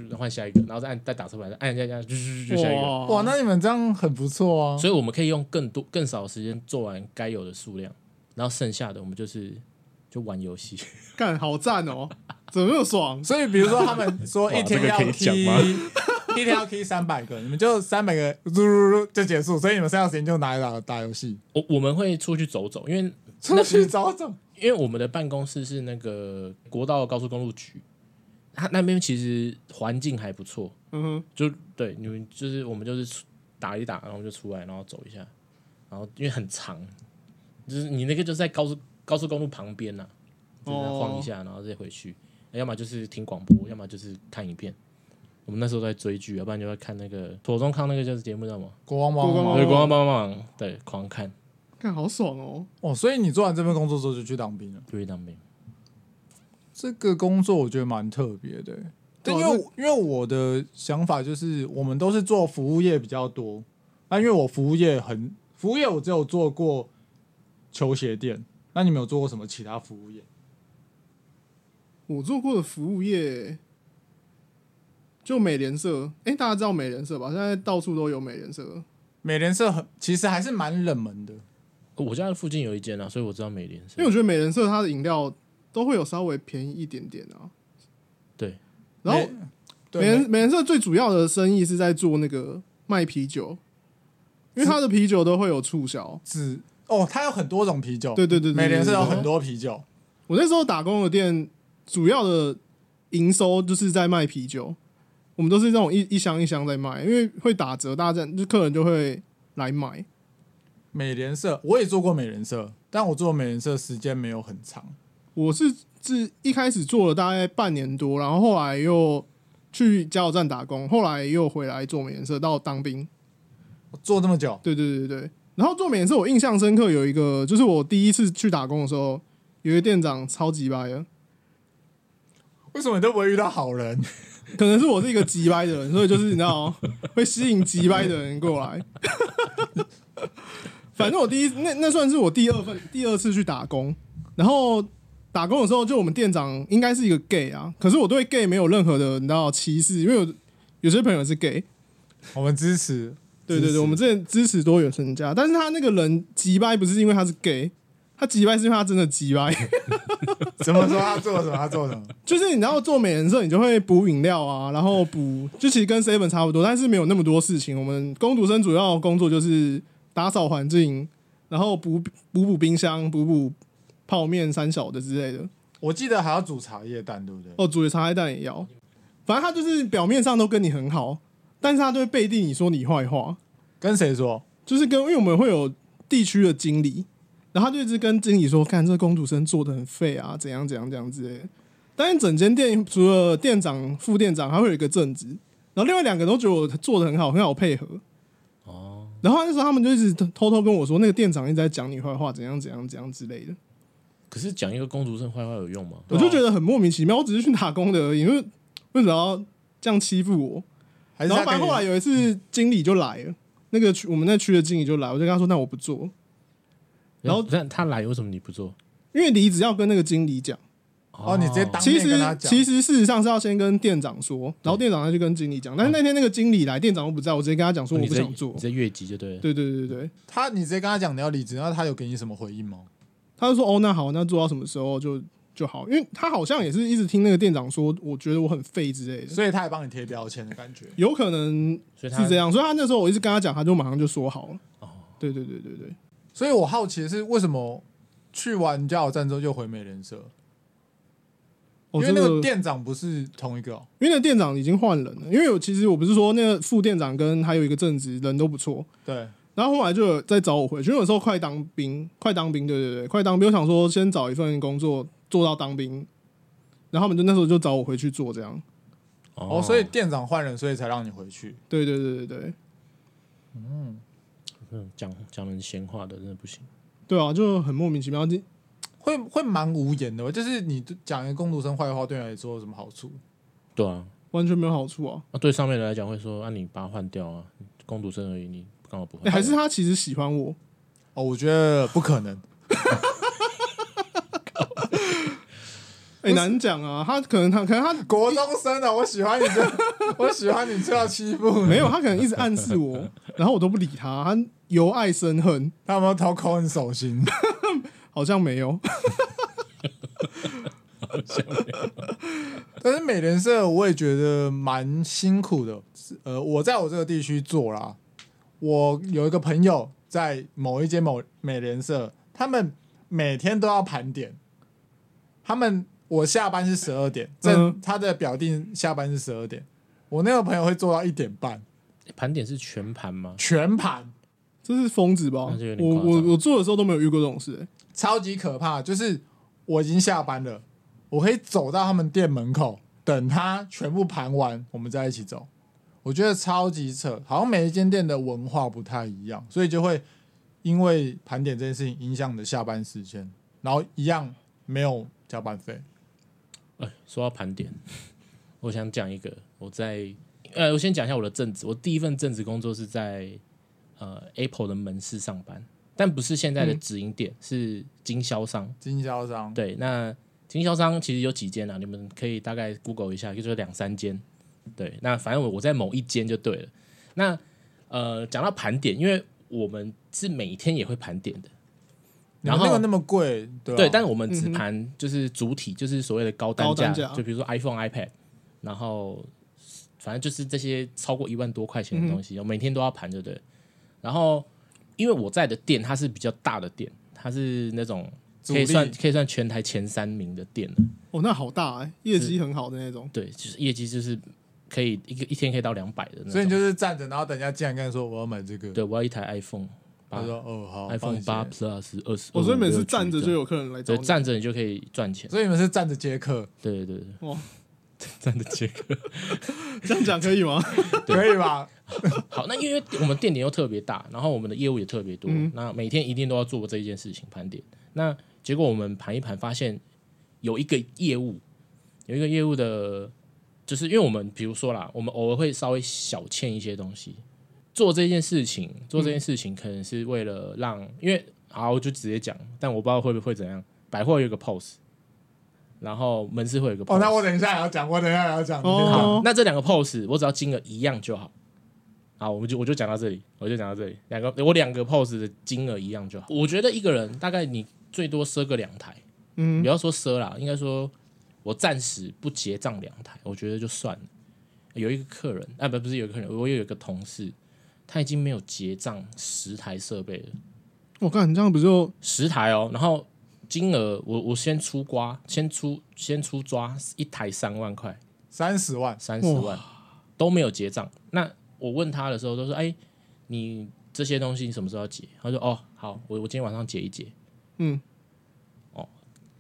S3: 就换下一个，然后再按再打车牌再按一下下就就下一个。
S2: 哇，那你们这样很不错啊。
S3: 哦所以我们可以用更多、更少的时间做完该有的数量，然后剩下的我们就是就玩游戏。
S1: 干好赞哦，怎么那么爽？
S2: 所以比如说他 们说
S3: 哇
S2: 一天
S3: 这个
S2: 要
S3: 可以
S2: T，
S3: 讲吗
S2: 一天要 T 三百个，你们就三百个，噜噜噜就结束。所以你们剩下的时间就拿来打打游戏，
S3: 我我们会出去走走，因为
S2: 出去找找。
S3: 因为我们的办公室是那个国道高速公路局，它那边其实环境还不错，
S1: 嗯哼，
S3: 就对你们就是我们就是出打一打，然后就出来，然后走一下，然后因为很长，就是你那个就是在高速高速公路旁边呐、就是
S1: 哦
S3: 晃一下，然后再回去，要么就是听广播，要么就是看影片。我们那时候在追剧，要不然就会看那个左宗康那个就是节目叫什么？
S2: 国王
S1: 国王
S2: 帮忙
S1: 帮
S3: 对，
S1: 忙
S3: 国光帮忙，对，狂看，
S1: 干好爽哦！
S2: 哦，所以你做完这份工作之后就去当兵了。
S3: 就会当兵。
S2: 这个工作我觉得蛮特别的、但因为我因为我的想法就是，我们都是做服务业比较多。那、因为我服务业很，服务业我只有做过球鞋店。那你们有做过什么其他服务业？
S1: 我做过的服务业就美联社，哎、大家知道美联社吧？现在到处都有美联社。
S2: 美联社很其实还是蛮冷门的，
S3: 我家附近有一间啊，所以我知道美联社。
S1: 因为我觉得美人社它的饮料都会有稍微便宜一点点啊。
S3: 对，
S1: 然后
S2: 美
S1: 美
S2: 对
S1: 人美人社最主要的生意是在做那个卖啤酒，因为它的啤酒都会有促销。
S2: 只哦，它有很多种啤酒，
S1: 对对对对对
S2: 美联社有
S1: 对对
S2: 很多啤酒，
S1: 我那时候打工的店主要的营收就是在卖啤酒，我们都是那种一一箱一箱在卖，因为会打折，大家就客人就会来买。
S2: 美联社我也做过美联社，但我做美联社时间没有很长，
S1: 我是自一开始做了大概半年多，然后后来又去加油站打工，后来又回来做美人社到当兵。
S2: 我做这么久，
S1: 对对对对对。然后做美颜色，我印象深刻有一个，就是我第一次去打工的时候，有一个店长超级掰的，
S2: 为什么你都不会遇到好人？
S1: 可能是我是一个急掰的人，所以就是你知道哦会吸引急掰的人过来。反正我第一那那算是我第二份第二次去打工，然后打工的时候，就我们店长应该是一个 gay 啊，可是我对 gay 没有任何的你知道歧视，因为有有些朋友是 gay，
S2: 我们支持，
S1: 对对
S2: 支持
S1: 对，我们之前支持多元成家，但是他那个人急掰不是因为他是 gay，他急掰是因为他真的急掰，
S2: 怎么说他做 了什么，他做了什么，
S1: 就是你知道做美人社，你就会补饮料啊，然后补，就其实跟 seven 差不多，但是没有那么多事情。我们工读生主要工作就是打扫环境，然后补补补冰箱，补补泡面、三小的之类的。
S2: 我记得还要煮茶叶蛋，对不对？
S1: 哦，煮的茶叶蛋也要。反正他就是表面上都跟你很好，但是他就会背地里说你坏话。
S2: 跟谁说？
S1: 就是跟因为我们会有地区的经理，然后他就一直跟经理说，看这工读生做的很废啊，怎样怎样怎样之类的。但是整间店除了店长、副店长，还会有一个正职，然后另外两个都觉得我做的很好，很好配合，
S2: 哦
S1: 然后那时候他们就一直偷偷跟我说，那个店长一直在讲你坏话，怎样怎样怎样之类的。
S3: 可是讲一个工读生坏话有用吗？
S2: 啊
S1: 我就觉得很莫名其妙，我只是去打工的而已，因为为什么要这样欺负我？
S2: 还是
S1: 然
S2: 他
S1: 后反
S2: 跟
S1: 正
S2: 你
S1: 后来有一次经理就来了，那个区我们那区的经理就来，我就跟他说：“那我不做，然后
S3: 那他来为什么你不做？
S1: 因为离职要跟那个经理讲。
S2: 哦你直接当面
S1: 其
S2: 跟
S1: 实
S2: 他讲
S1: 其实事实上是要先跟店长说，然后店长再去跟经理讲。
S2: 嗯
S1: 但是那天那个经理来，店长又不在，我直接跟他讲说我
S3: 你
S1: 不
S3: 在
S2: 哦
S1: 想做
S3: 你。在越级就对了。
S1: 对对对对对，
S2: 他，你直接跟他讲你要离职，然后他有给你什么回应吗？
S1: 他就说：哦，那好，那做到什么时候就就好，因为他好像也是一直听那个店长说，我觉得我很废之类的。”
S2: 所以他也帮你贴标签的感觉。
S1: 有可能
S3: 所以他
S1: 是这样，所以他那时候我一直跟他讲，他就马上就说好了。对对对对对，
S2: 所以我好奇的是，为什么去完加油站之后就回美联社？
S1: 哦
S2: 因为那
S1: 这
S2: 个店长不是同一个、哦，
S1: 因为那店长已经换人了，因为有其实我不是说那个副店长跟还有一个正职人都不错，
S2: 对，
S1: 然后后来就有在找我回去，因为有时候快当兵，快当兵，对对对，快当兵，我想说先找一份工作做到当兵，然后他们就那时候就找我回去做这样，
S2: 哦，所以店长换人，所以才让你回去。
S1: 对对对对对，
S3: 嗯讲讲人闲话的真的不行。
S1: 对啊，就很莫名其妙，这
S2: 会会蛮无言的吧，就是你讲一个工读生坏话，对你来说有什么好处？
S3: 对啊，
S1: 完全没有好处啊，
S3: 那对上面的来讲会说，啊，你把它换掉啊，工读生而已，你干嘛不换
S1: 诶？还是他其实喜欢我，
S2: 哦，我觉得不可能。
S1: 哎、难讲啊，他可能他可能他
S2: 国中生啊，我喜欢你就，我喜欢你就要欺负你。
S1: 没有，他可能一直暗示我， 然后我都不理他，他由爱生恨，
S2: 他有没有掏口很手心？
S1: 好像没有。
S2: 但是美联社我也觉得蛮辛苦的。呃，我在我这个地区做啦，我有一个朋友在某一间某美联社，他们每天都要盘点。他们我下班是十二点，正、
S1: 嗯
S2: 他的表定下班是十二点，我那个朋友会做到一点半，
S3: 盘点是全盘吗？
S2: 全盘
S1: 这是疯子吧？
S3: 那就有
S1: 我
S3: 点夸张
S1: 我我做的时候都没有遇过这种事、欸
S2: 超级可怕。就是我已经下班了，我可以走到他们店门口，等他全部盘完，我们再一起走。我觉得超级扯，好像每一间店的文化不太一样，所以就会因为盘点这件事情影响你的下班时间，然后一样没有加班费。
S3: 哎，说到盘点， 我想讲一个，我在呃，我先讲一下我的正职。我第一份正职工作是在呃 Apple 的门市上班，但不是现在的
S1: 嗯
S3: 直营店，是经销商。
S2: 经销商
S3: 对，那经销商其实有几间啊，你们可以大概 Google 一下，就是两三间。对，那反正我我在某一间就对了。那呃，讲到盘点，因为我们是每天也会盘点的，
S2: 你们
S3: 然后
S2: 那个那么贵，对吧啊
S3: 对，但我们只盘就是主体，就是所谓的高
S1: 嗯
S3: 单
S1: 高
S3: 价，
S1: 单价
S3: 就比如说 iPhone、iPad，然后反正就是这些超过一万多块钱的
S1: 嗯
S3: 东西，我每天都要盘，对不对？然后因为我在的店它是比较大的店，它是那种
S2: 主
S3: 可
S2: 力
S3: 以算可以算全台前三名的店了，
S1: 哦，那好大哎、业绩很好的那种。
S3: 对，就是业绩就是可以一个一天可以到两百的那
S2: 所以
S3: 种
S2: 你。就是站着，然后等人家进来跟你说我要买这个，
S3: 对，我要一台 iPhone
S2: 他
S3: 八
S2: 说哦好帮
S3: ，iPhone
S2: 你
S3: 八
S2: 写
S3: Plus 二十，
S1: 我、哦所以每次站着就有客人来找
S3: 对
S1: 你，
S3: 站着你就可以赚钱，
S2: 所以你们是站着接客，
S3: 对对对对
S1: 哇，
S3: 站着接客。
S1: 这样讲可以 吗？
S2: 可以吧？
S3: 好，那因为我们店点又特别大，然后我们的业务也特别多，
S2: 嗯
S3: 那每天一定都要做这一件事情盘点。那结果我们盘一盘，发现有一个业务，有一个业务的，就是因为我们比如说啦，我们偶尔会稍微小欠一些东西。做这件事情，做
S2: 嗯
S3: 这件事情可能是为了让，因为好，我就直接讲，但我不知道会不会怎样。百货有一个 POS，然后门市会有一个 POS。
S2: 哦，那我等一下也要讲，我等一下也要
S1: 哦
S2: 讲。你先讲
S3: 好，那这两个 pose 我只要金额一样就好。好，我们就我就讲到这里，我就讲到这里，两个我两个 pose 的金额一样就好。我觉得一个人大概你最多赊个两台，嗯，不要说赊啦，应该说我暂时不结账两台，我觉得就算了。有一个客人，啊不不是有一个客人，我有一个同事，他已经没有结账十台设备了，
S1: 我看你这样不就
S3: 十台哦，然后金额我我先出瓜，先出先出抓一台三万块。
S2: 三十万，
S3: 三十万都没有结账。那我问他的时候都说：“哎，你这些东西你什么时候要结？”他说：“哦，好，我我今天晚上结一结。”
S1: 嗯，
S3: 哦，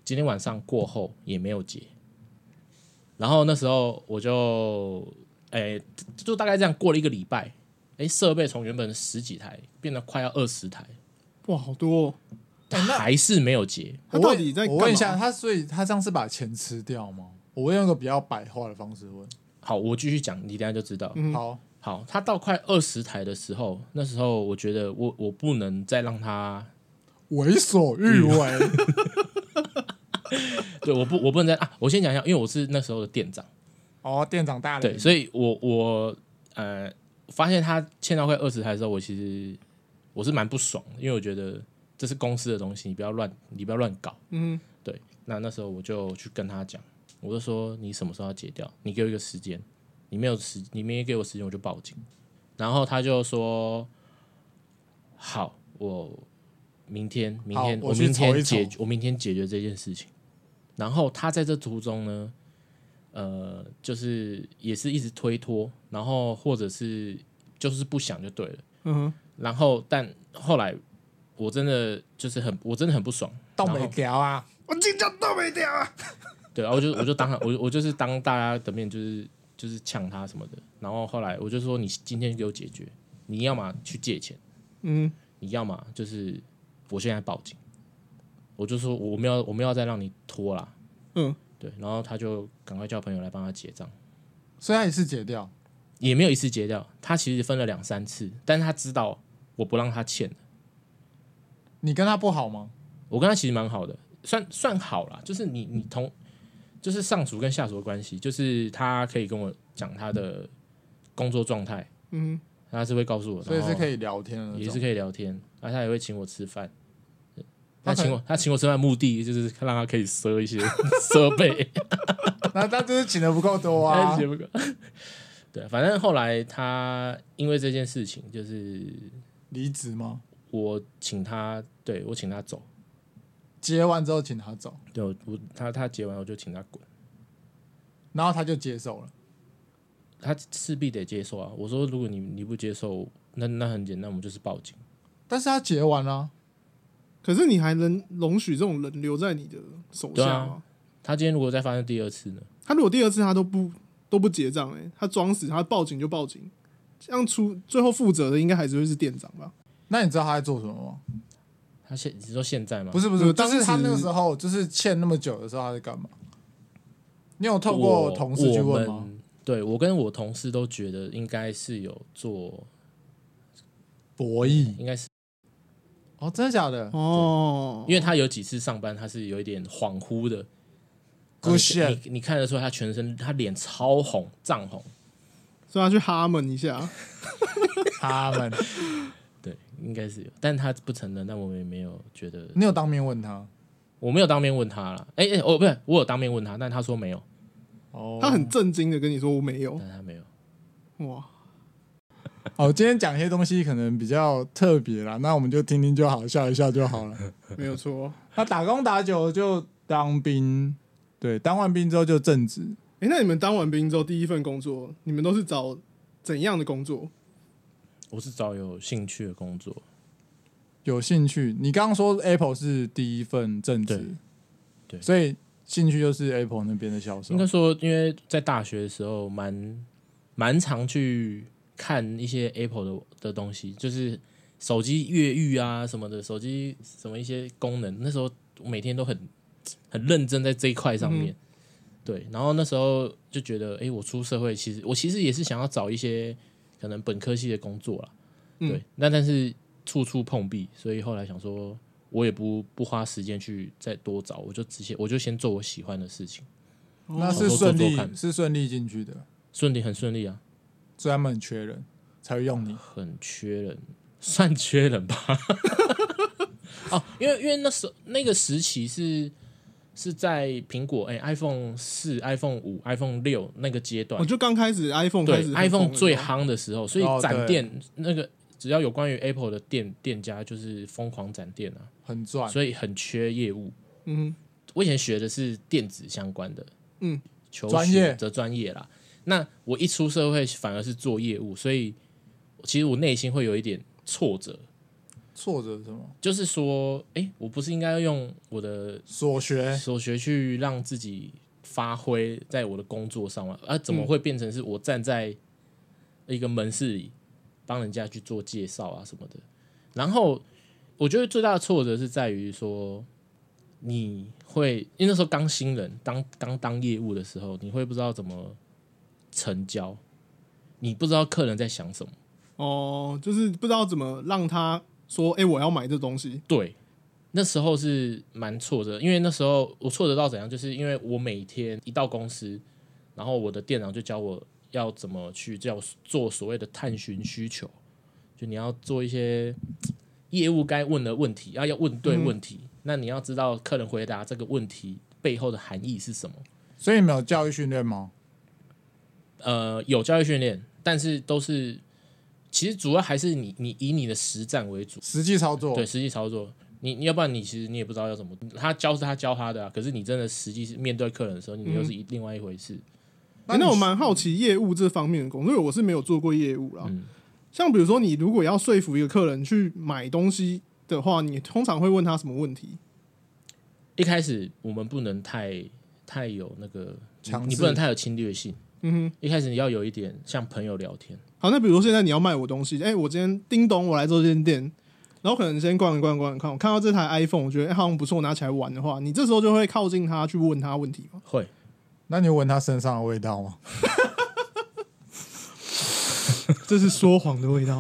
S3: 今天晚上过后也没有结。然后那时候我就，哎，就大概这样过了一个礼拜，哎，设备从原本十几台变得快要二十台，
S1: 哇，好多、哦！
S2: 哎
S3: 但还是没有结。
S1: 他到底在
S2: 我
S1: 干
S2: 问
S1: 嘛？
S2: 我问一下他，所以他这样是把钱吃掉吗？我会用一个比较白话的方式问。
S3: 好，我继续讲，你等一下就知道。
S1: 嗯
S2: 好，
S3: 好，他到快二十台的时候，那时候我觉得我我不能再让他，
S2: 为所欲为，
S3: 对，我不我不能再啊！我先讲一下，因为我是那时候的店长，
S2: 哦，店长大人，
S3: 对，所以我我呃发现他欠到快二十台的时候，我其实我是蛮不爽的，因为我觉得这是公司的东西，你不要乱你不要乱搞。
S1: 嗯，
S3: 对，那那时候我就去跟他讲，我就说你什么时候要解掉？你给我一个时间，你没有时，你没给我时间，我就报警。然后他就说好，我明天，明
S2: 好
S3: 天，
S2: 我
S3: 我
S2: 去
S3: 明
S2: 瞅一
S3: 天
S2: 瞅
S3: 解决，我明天解决这件事情。然后他在这途中呢，呃，就是也是一直推脱，然后或者是就是不想就对了。
S1: 嗯哼，
S3: 然后但后来我真的就是很，我真的很不爽，
S2: 倒
S3: 然
S2: 霉
S3: 后
S2: 条啊，
S1: 我今天都没掉啊！
S3: 对，然后我就我就当我我就是当大家的面就是就是呛他什么的，然后后来我就说你今天给我解决，你要么去借钱，
S1: 嗯，
S3: 你要么就是我现在报警，我就说我没有我没有再让你拖啦，
S1: 嗯，
S3: 对，然后他就赶快叫朋友来帮他结账，
S2: 所以他也是解掉。
S3: 也没有一次结掉，他其实分了两三次，但是他知道我不让他欠，
S2: 你跟他不好吗？
S3: 我跟他其实蛮好的，算算好啦，就是你你同就是上属跟下属的关系，就是他可以跟我讲他的工作状态，
S1: 嗯，
S3: 他是会告诉我，
S2: 所以是可
S3: 以
S2: 以聊天的那
S3: 也是
S2: 种。
S3: 可以聊天，而他也会请我吃饭。
S2: 他
S3: 他
S2: 可能
S3: 请我，他请我吃饭的目的就是让他可以赊 一些设备，
S2: 那 他就是请的不够多
S3: 他
S2: 啊
S3: 写。不够。 对，反正后来他因为这件事情，就是
S2: 离职吗？
S3: 我请他，对我请他走，
S2: 结完之后请他走，
S3: 对我我他他结完我就请他滚。
S2: 然后他就接受了。
S3: 他势必得接受啊。我说，如果你你不接受，那那很简单，我们就是报警。
S2: 但是他结完啊了、
S1: 可是你还能容许这种人留在你的手
S3: 对
S1: 下
S3: 啊
S1: 吗？
S3: 他今天如果再发生第二次呢？
S1: 他如果第二次他都不都不结账，哎，他装死，他报警就报警，这样出最后负责的应该还是会是店长吧？
S2: 那你知道他在做什么吗？
S3: 他现你说现在吗？
S2: 不
S3: 是，
S2: 是不，
S1: 就是
S2: 就
S1: 当
S2: 是他
S1: 时
S2: 那个时候就是欠那么久的时候他在干嘛？你有透过同事去问
S3: 我
S2: 吗？
S3: 们对我跟我同事都觉得应该是有做，
S2: 博弈
S3: 应该是
S2: 哦，真的假的？
S1: 哦，
S3: 因为他有几次上班，他是有一点恍惚的。
S2: Good
S3: 然后
S2: shit
S3: 你你你看得出来，他全身他脸超红，涨红。
S1: 所以他去哈们一下，
S3: 哦
S2: 他们，
S3: 对，应该是有，但他不承认，但我们也没有觉得，
S2: 你有当面问他？
S3: 我没有当面问他了。哎、哎，哦，不是，我有当面问他，但他说没有，
S2: 哦，
S1: 他很震惊的跟你说我没有，
S3: 但他没有。
S1: 哇，
S2: 好，今天讲一些东西可能比较特别啦，那我们就听听就好，笑一笑就 好了。
S1: 没有错。
S2: 那打工打久就当兵，对，当完兵之后就正职。
S1: 哎、那你们当完兵之后第一份工作，你们都是找怎样的工作？
S3: 我是找有兴趣的工作，
S2: 有兴趣，你刚刚说 Apple 是第一份正职，
S3: 对对
S2: 所以兴趣就是 Apple 那边的销售
S3: 应。该说，因为在大学的时候蛮蛮常去看一些 Apple 的的东西，就是手机越狱啊什么的，手机什么一些功能，那时候我每天都很很认真在这一块上面。对，然后那时候就觉得，哎，我出社会，其实我其实也是想要找一些可能本科系的工作啦。
S1: 嗯
S3: 对，那但是处处碰壁，所以后来想说，我也不不花时间去再多找，我就直接我就先做我喜欢的事情。
S2: 那是顺
S3: 哦做做
S2: 利
S3: 看
S2: 是顺利进去的，
S3: 顺利很顺利啊，
S2: 所以他们很缺人才会用你。
S3: 很缺人， 算缺人吧。 哦，因为因为那时候那个时期是是在苹果哎、iPhone 四、iPhone 五、iPhone 六那个阶段
S1: 哦我，就刚开始 iPhone 开
S3: 对
S1: 始很红
S3: iPhone
S1: 的时候
S3: 最夯的时候，所
S2: 哦
S3: 以展
S2: 对
S3: 店那个只要有关于 Apple 的店店家就是疯狂展店啊，
S2: 很赚，
S3: 所以很缺业务。
S1: 嗯
S3: 我以前学的是电子相关的，
S1: 嗯，
S3: 求
S2: 专
S3: 学
S2: 业
S3: 的专业啦。那我一出社会反而是做业务，所以其实我内心会有一点挫折，
S2: 挫折是什么？
S3: 就是说，哎、我不是应该要用我的
S2: 所学
S3: 所学去让自己发挥啊在我的工作上吗？而、怎么会变成是我站在一个门市里帮人家去做介绍啊什么的。然后我觉得最大的挫折是在于说，你会因为那时候刚新人，当刚当业务的时候，你会不知道怎么成交，你不知道客人在想什么。
S1: 哦，就是不知道怎么让他说，哎、我要买这东西。
S3: 对，那时候是蛮挫折，因为那时候我挫折到怎样，就是因为我每天一到公司，然后我的店长就教我要怎么去叫做所谓的探寻需求，就你要做一些嘖业务该问的问题，要要问对问题，那你要知道客人回答这个问题背后的含义是什么。
S2: 所以你们有教育训练吗？
S3: 呃，有教育训练，但是都是其实主要还是你你以你的实战为主。
S2: 实际操作
S3: 对，实际操作，你你要不然你其实你也不知道要怎么，他教是他教他的、啊，可是你真的实际是面对客人的时候，你
S2: 嗯
S3: 又是一、另外一回事。
S1: 诶那我蛮好奇业务这方面的工作，因为我是没有做过业务啦。
S3: 嗯
S1: 像比如说，你如果要说服一个客人去买东西的话，你通常会问他什么问题？
S3: 一开始我们不能太太有那个，你
S2: 强
S3: 你
S2: 制
S3: 不能太有侵略性。
S1: 嗯
S3: 一开始你要有一点像朋友聊天，
S1: 哼，好，那比如说现在你要卖我东西，哎、我今天叮咚，我来做这间店，然后可能先逛一逛逛一逛，我看到这台 iPhone，我觉得、哎诶好像不错，拿起来玩的话，你这时候就会靠近他去问他问题吗？
S3: 会
S2: 那你有闻他身上的味道 吗？
S1: 这是说谎的味 道。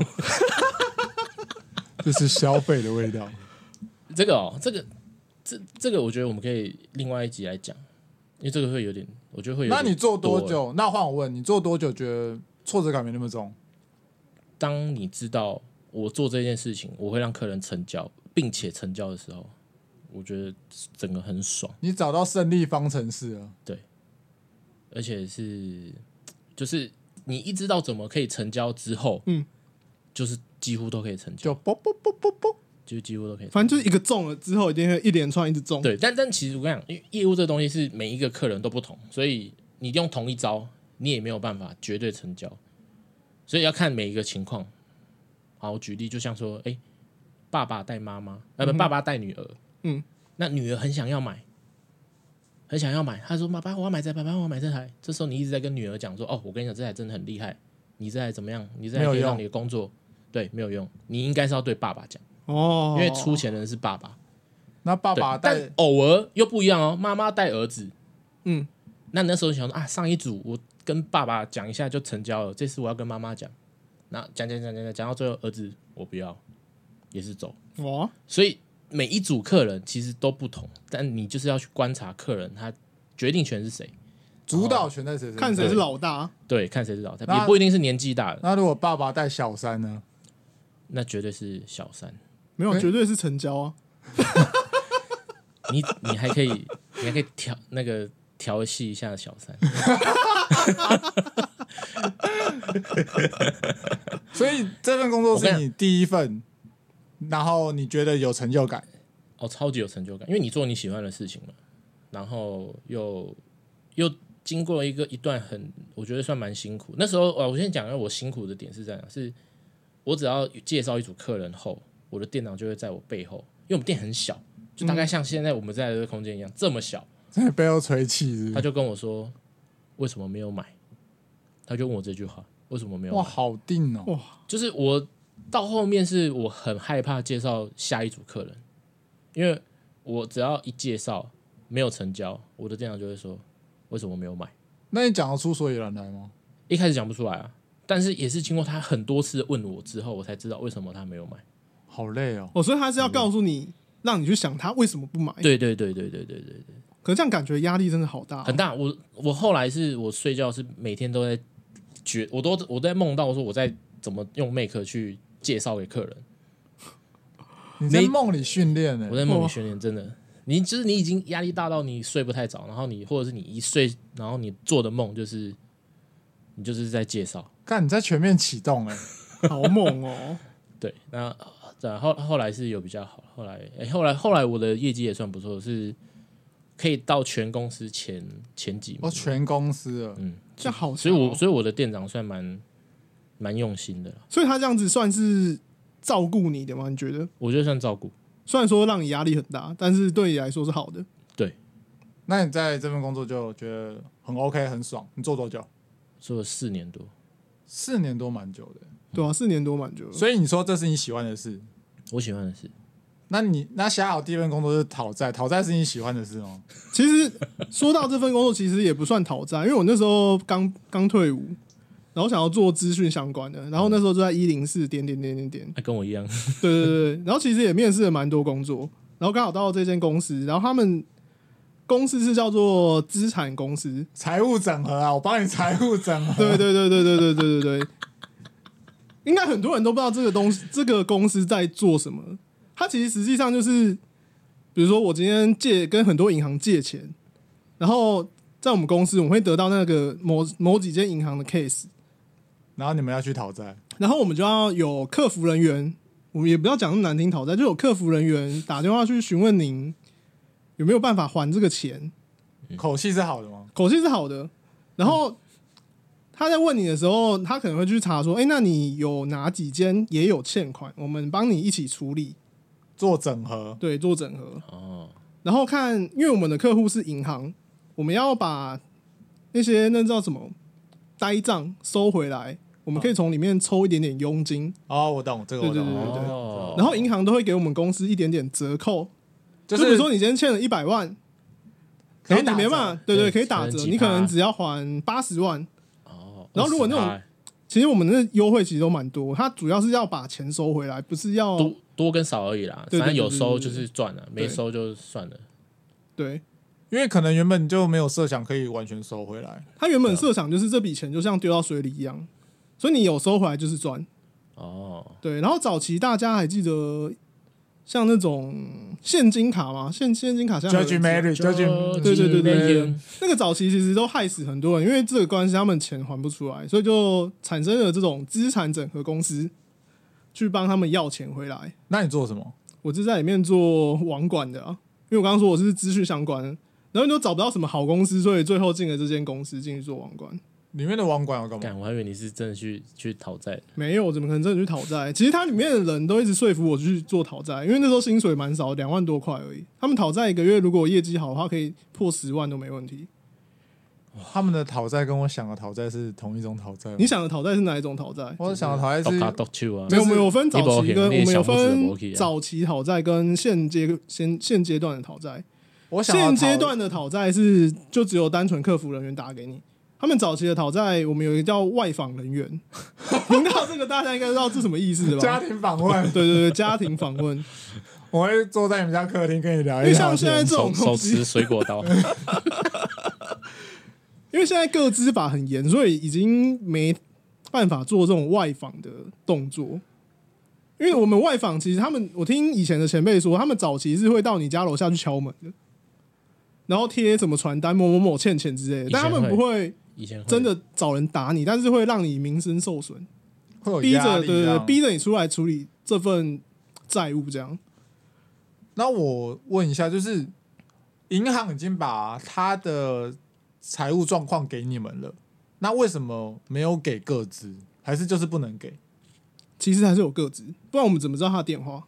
S2: 这是消费的味道。
S3: 这个哦，这个这这个我觉得我们可以另外一集来讲，因为这个会有点，我觉得会有
S2: 那
S3: 点。
S2: 你做多？久？那换我问你，做多久觉得挫折感没那么重？
S3: 当你知道我做这件事情，我会让客人成交，并且成交的时候，我觉得整个很爽。
S2: 你找到胜利方程式了，
S3: 而且是就是你一知道怎么可以成交之后，
S1: 嗯，
S3: 就是几乎都可以成交，
S2: 就啵啵啵啵啵。
S3: 就几乎都可以成交。
S1: 反正就是一个中了之后，一定会一连串一直
S2: 哦
S1: 中。
S3: 对，但但其实我跟你讲，因为业务这东西是每一个客人都不同，所以你用同一招，你也没有办法绝对成交，所以要看每一个情况。好，我举例，就像说，哎、爸爸带妈妈，呃，不，爸爸带女儿，
S1: 嗯，
S3: 那女儿很想要买，很想要买，她说：“爸爸，我要买这台，爸爸，我要买这台。”这时候你一直在跟女儿讲说：“哦，我跟你讲，这台真的很厉害，你这台怎么样？你这台
S2: 没有
S3: 可以让
S2: 用
S3: 你的工作对没有用，你应该是要对爸爸讲，
S1: 哦，
S3: 因为出钱的人是爸爸。”
S2: 那爸
S3: 对
S2: 爸带
S3: 但偶尔又不一样哦，妈妈带儿子，
S1: 嗯，
S3: 那那时候想说啊，上一组我跟爸爸讲一下就成交了，这次我要跟妈妈讲，那讲讲讲讲讲讲到最后，儿子我不要，也是走，
S1: 哦哇，
S3: 所以每一组客人其实都不同，但你就是要去观察客人，他决定权是谁，
S2: 主导权在谁身上？
S1: 看谁是老大。啊
S3: 对，看谁是老大，
S2: 那
S3: 也不一定是年纪大的，
S2: 那如果爸爸带小三呢？
S3: 那绝对是小三，
S1: 没有，
S2: 诶
S1: 绝对是成交啊！
S3: 你 你还可以，你还可以调那个调戏一下小三，
S2: 所以这份工作
S3: 我
S2: 是
S3: 跟
S2: 你第一份，然后你觉得有成就感，
S3: 哦，超级有成就感，因为你做你喜欢的事情嘛，然后又又经过一个一段很，我觉得算蛮辛苦。那时候，呃，我先讲一下我辛苦的点是这样，是我只要介绍一组客人后，我的店长就会在我背后，因为我们店很小，就大概像现在我们在的这个空间一样，这么小，
S2: 在背后吹气是不是
S3: 他就跟我说为什么没有买，他就问我这句话，为什么没有
S2: 哇，
S3: 买？
S2: 好定哦！
S3: 就是我到后面是我很害怕介绍下一组客人，因为我只要一介绍没有成交，我的店长就会说为什么没有买？
S2: 那你讲得出所以然来吗？
S3: 一开始讲不出来啊，但是也是经过他很多次问我之后，我才知道为什么他没有买。
S2: 好累哦，
S1: 哦，所以他是要告诉你，让你去想他为什么不买。
S3: 对对对对对对对对，
S1: 可是这样感觉压力真的好大哦、
S3: 很大。我我后来是我睡觉是每天都在觉，我都我在梦到说我在怎么用 make 去介绍给客人。
S2: 你在
S3: 没
S2: 梦里训练欸呢
S3: 我。在梦
S1: 哇
S3: 里训练，真的，你就是你已经压力大到你睡不太着，然后你或者是你一睡，然后你做的梦就是你就是在介绍，
S2: 看你在全面启动哎，
S1: 好猛 哦、
S3: 对，那然后后来是有比较好，后来、诶后来后来我的业绩也算不错，是可以到全公司前前几名，
S1: 哦
S2: 我哦全公司了，
S3: 嗯，
S1: 这样好强哦、
S3: 所以我所以我的店长算蛮蛮用心的啦，
S1: 所以他这样子算是照顾你的吗？你觉得？
S3: 我觉得算照顾，
S1: 虽然说让你压力很大，但是对你来说是好的。
S2: 那你在这份工作就觉得很 OK，很爽。你做多久？
S3: 做了四年多，
S2: 四年多，蛮久的。
S1: 对啊，四年多蛮久了。
S2: 所以你说这是你喜欢的事，
S3: 我喜欢的是，
S2: 那你那想好第一份工作是讨债，讨债是你喜欢的事吗？
S1: 其实说到这份工作，其实也不算讨债，因为我那时候刚刚退伍，然后想要做资讯相关的，然后那时候就在一零四点点点点点，
S3: 那、跟我一样，
S1: 对对对对，然后其实也面试了蛮多工作，然后刚好到这间公司，然后他们公司是叫做资产公司，
S2: 财务整合啊，我帮你财务整 合。
S1: 对对对对对对对对对，应该很多人都不知道这个东西，这个公司在做什么。它其实实际上就是，比如说我今天借跟很多银行借钱，然后在我们公司我们会得到那个某某几间银行的 case，
S2: 然后你们要去讨债，
S1: 然后我们就要有客服人员，我们也不要讲那么难听讨债，就有客服人员打电话去询问您有没有办法还这个钱，
S2: 口气是好的吗？
S1: 口气是好的。然后他在问你的时候，他可能会去查说，哎、那你有哪几间也有欠款，我们帮你一起处理，
S2: 做整合，
S1: 对，做整合。
S3: 哦，
S1: 然后看，因为我们的客户是银行，我们要把那些那叫什么呆账收回来，我们可以从里面抽一点点佣金，
S2: 哦，我懂这个，我懂。
S1: 对
S2: 我懂
S1: 对
S3: 哦
S1: 然后银行都会给我们公司一点点折扣，
S2: 就
S1: 比
S2: 是
S1: 如说你今天欠了一百万。
S2: 可以
S1: 然后你没
S2: 打折
S1: 办法，对对，
S3: 对
S1: 可以打
S3: 可能
S1: 折，
S3: 几
S1: 你可能
S3: 趴
S1: 只要还八十万，
S3: 哦，
S1: 然后如果那种
S3: 二十
S1: 其实我们的优惠其实都蛮多，它主要是要把钱收回来，不是要
S3: 趴多多跟少而已啦，
S1: 哦对对
S3: 反正有
S1: 对对
S3: 收
S1: 对
S3: 就是赚了，没
S1: 对
S3: 收就算了。
S1: 对。
S2: 因为可能原本就没有设想可以完全收回来，
S1: 它原本设想就是这笔钱就像丢到水里一样，所以你有收回来就是赚。
S3: 哦，
S1: 对，然后早期大家还记得像那种现金卡吗？现现金卡像
S2: Judge Mary，
S3: 就
S2: Judge，
S1: 对对对对
S2: 对
S3: 嗯
S1: 那个早期其实都害死很多人，因为这个关系他们钱还不出来，所以就产生了这种资产整合公司去帮他们要钱回来。
S2: 那你做什么？
S1: 我是在里面做网管的、啊，因为我刚刚说我是资讯相关，然后你都找不到什么好公司，所以最后进了这间公司进去做网管。
S2: 里面的网管要干嘛？
S3: 干，我还以为你是真的去去讨债，
S1: 没有，怎么可能真的去讨债？其实它里面的人都一直说服我去做讨债，因为那时候薪水蛮少，两万多块而已。他们讨债一个月，如果业绩好的话，可以破十万都没问题。
S2: 他们的讨债跟我想的讨债是同一种讨债吗。
S1: 你想的讨债是哪一种讨债？
S2: 我想的讨债
S3: 斗
S2: 是
S3: 卡斗去啊
S1: 没，有，
S2: 就是
S1: 没有分早期跟我
S3: 你
S1: 们有
S3: 小拇指的
S1: 分
S3: 摩羯啊
S1: 早期讨债跟现阶现现阶段的讨债。
S2: 我想
S1: 现
S2: 要
S1: 阶
S2: 讨
S1: 段的讨债是就只有单纯客服人员打给你，他们早期的讨债，我们有一个叫外访人 员，听到这个大家应该知道这什么意思了
S2: 家
S1: 吧？
S2: 庭访 问，
S1: 对对对，家庭访问，
S2: 我会坐在你们家客厅跟你聊
S1: 因
S2: 一
S1: 为
S2: 聊
S1: 像
S2: 天。
S1: 现在这种
S3: 手手
S1: 东西
S3: 持，水果 刀，
S1: 因为现在各资法很严，所以已经没办法做这种外访的动作。因为我们外访，其实他们，我听以前的前辈说，他们早期是会到你家楼下去敲门的，然后贴什么传单、某某某欠钱之类的，但他
S3: 以
S1: 们
S3: 前会
S1: 不会
S3: 以前会
S1: 真的找人打你，但是会让你名声受损，
S2: 会有
S1: 逼
S2: 压
S1: 着
S2: 力
S1: 对对
S2: 这
S1: 对，
S2: 样
S1: 逼着你出来处理这份债务，这样
S2: 那我问一下，就是银行已经把他的财务状况给你们了，那为什么没有给各自？还是就是不能给？
S1: 其实还是有个资，不然我们怎么知道他的电话？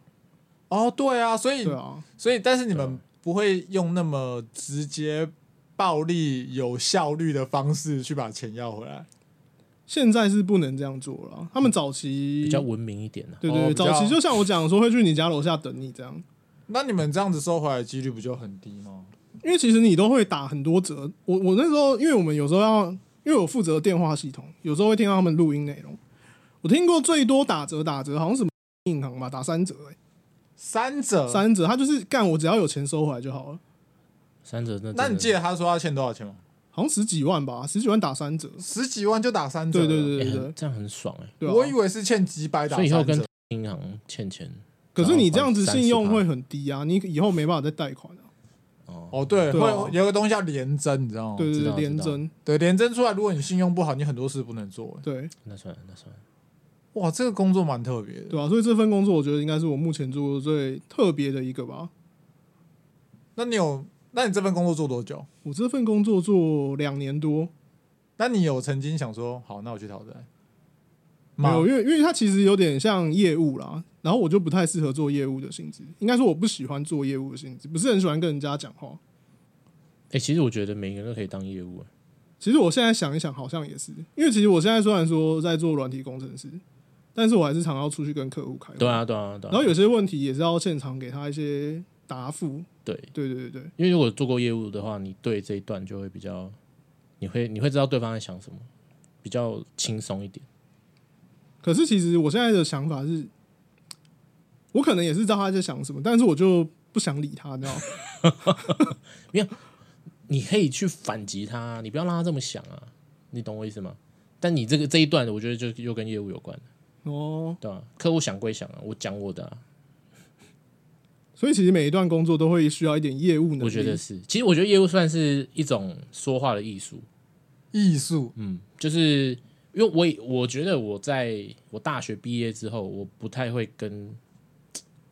S2: 哦，对啊，所以
S1: 对啊，
S2: 所以但是你
S3: 对
S2: 们不会用那么直接、暴力、有效率的方式去把钱要回来。
S1: 现在是不能这样做了。他们早期
S3: 比较文明一点啊的，
S1: 对
S2: 哦
S1: 对对，
S2: 比较
S1: 早期就像我讲说会去你家楼下等你这样，
S2: 那你们这样子收回来的几率不就很低吗？
S1: 因为其实你都会打很多折。我我那时候因为我们有时候要，因为我负责电话系统，有时候会听到他们录音内容。我听过最多打折打折，好像什么银行吧，打三折、欸，
S2: 三者，
S1: 三折，他就是干我只要有钱收回来就好了，
S3: 三折那
S2: 那你
S3: 真
S2: 记
S3: 的哎
S2: 得他说他欠多少钱吗？
S1: 好像十几万吧，十几万打三折，
S2: 十几万就打三折
S1: 对对
S2: 了，
S1: 对
S3: 欸
S1: 对
S3: 很
S1: 对，
S3: 这样很爽哎，
S1: 对啊
S2: 我以为是欠几百打
S3: 所以以后
S2: 三
S3: 跟
S2: 折。
S3: 银行欠钱
S1: 可是你这样子信用会很低啊，你以后没办法再贷款啊，
S3: 哦，
S2: 哦，对，
S1: 对
S2: 会
S1: 啊
S2: 有个东西叫廉征，你哦知道吗？
S1: 对对
S3: 知
S1: 对，
S3: 道
S1: 连
S3: 知道
S1: 征，
S2: 对，廉征出来，如果你信用不好，你很多事不能做。欸
S1: 对
S3: 那算了那算了，
S2: 哇，这个工作蛮特别的。
S1: 对啊，所以这份工作我觉得应该是我目前做过最特别的一个吧。
S2: 那你有，那你这份工作做多久？
S1: 我这份工作做两年多，
S2: 那你有曾经想说，好，那我去讨债？
S1: 没
S2: 吗
S1: 有，因为因为它其实有点像业务啦，然后我就不太适合做业务的性质，应该说我不喜欢做业务的性质，不是很喜欢跟人家讲话。
S3: 哎，其实我觉得每个人都可以当业务欸，
S1: 其实我现在想一想，好像也是，因为其实我现在虽然说在做软体工程师，但是我还是常要出去跟客户开会。
S3: 对啊，对啊，对
S1: 然后
S3: 啊。
S1: 有些问题也是要现场给他一些答复。
S3: 对，
S1: 对对对对，
S3: 因为如果做过业务的话，你对这一段就会比较，你会你会知道对方在想什么，比较轻松一点。
S1: 可是其实我现在的想法是，我可能也是知道他在想什么，但是我就不想理他，你知道吗？
S3: 你可以去反击他，你不要让他这么想啊，你懂我意思吗？但你这个这一段，我觉得就又跟业务有关，
S1: 哦，
S3: 对吧、客户想归想啊，我讲我的、啊，
S1: 所以其实每一段工作都会需要一点业务能力。
S3: 我觉得是。其实我觉得业务算是一种说话的艺术，
S2: 艺术
S3: 嗯，就是因为我也我觉得我在我大学毕业之后，我不太会跟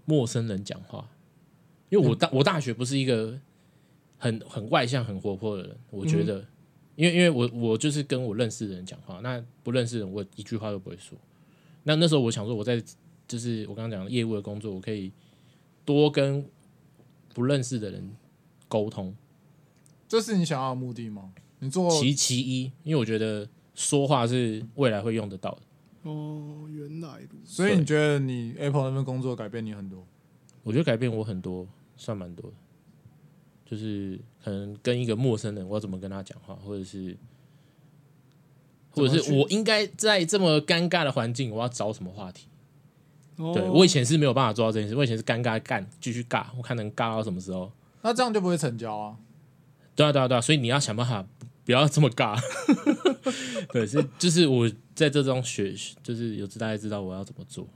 S3: 陌生人讲话，因为我大、我大学不是一个很很外向、很活泼的人，我觉得，因为因为我我就是跟我认识的人讲话，那不认识的人我一句话都不会说。那那时候我想说，我在就是我刚刚讲的业务的工作，我可以多跟不认识的人沟通，
S2: 这是你想要的目的吗？你做
S3: 其其一，因为我觉得说话是未来会用得到的。
S1: 哦，原来如此。
S2: 所以你觉得你 Apple 那份工作改变你很多？
S3: 我觉得改变我很多，算蛮多的。就是可能跟一个陌生人，我要怎么跟他讲话，或者是，
S2: 怎么
S3: 或
S2: 去
S3: 者是我应该在这么尴尬的环境，我要找什么话题？
S1: 哦、
S3: 对我以前是没有办法做到这件事，我以前是尴尬干，继续尬，我看能尬到什么时候。
S2: 那这样就不会成交啊？
S3: 对啊，对啊，对啊，所以你要想办法不要这么尬。 对，是就是我在这种学，就是有大概知道我要怎么做。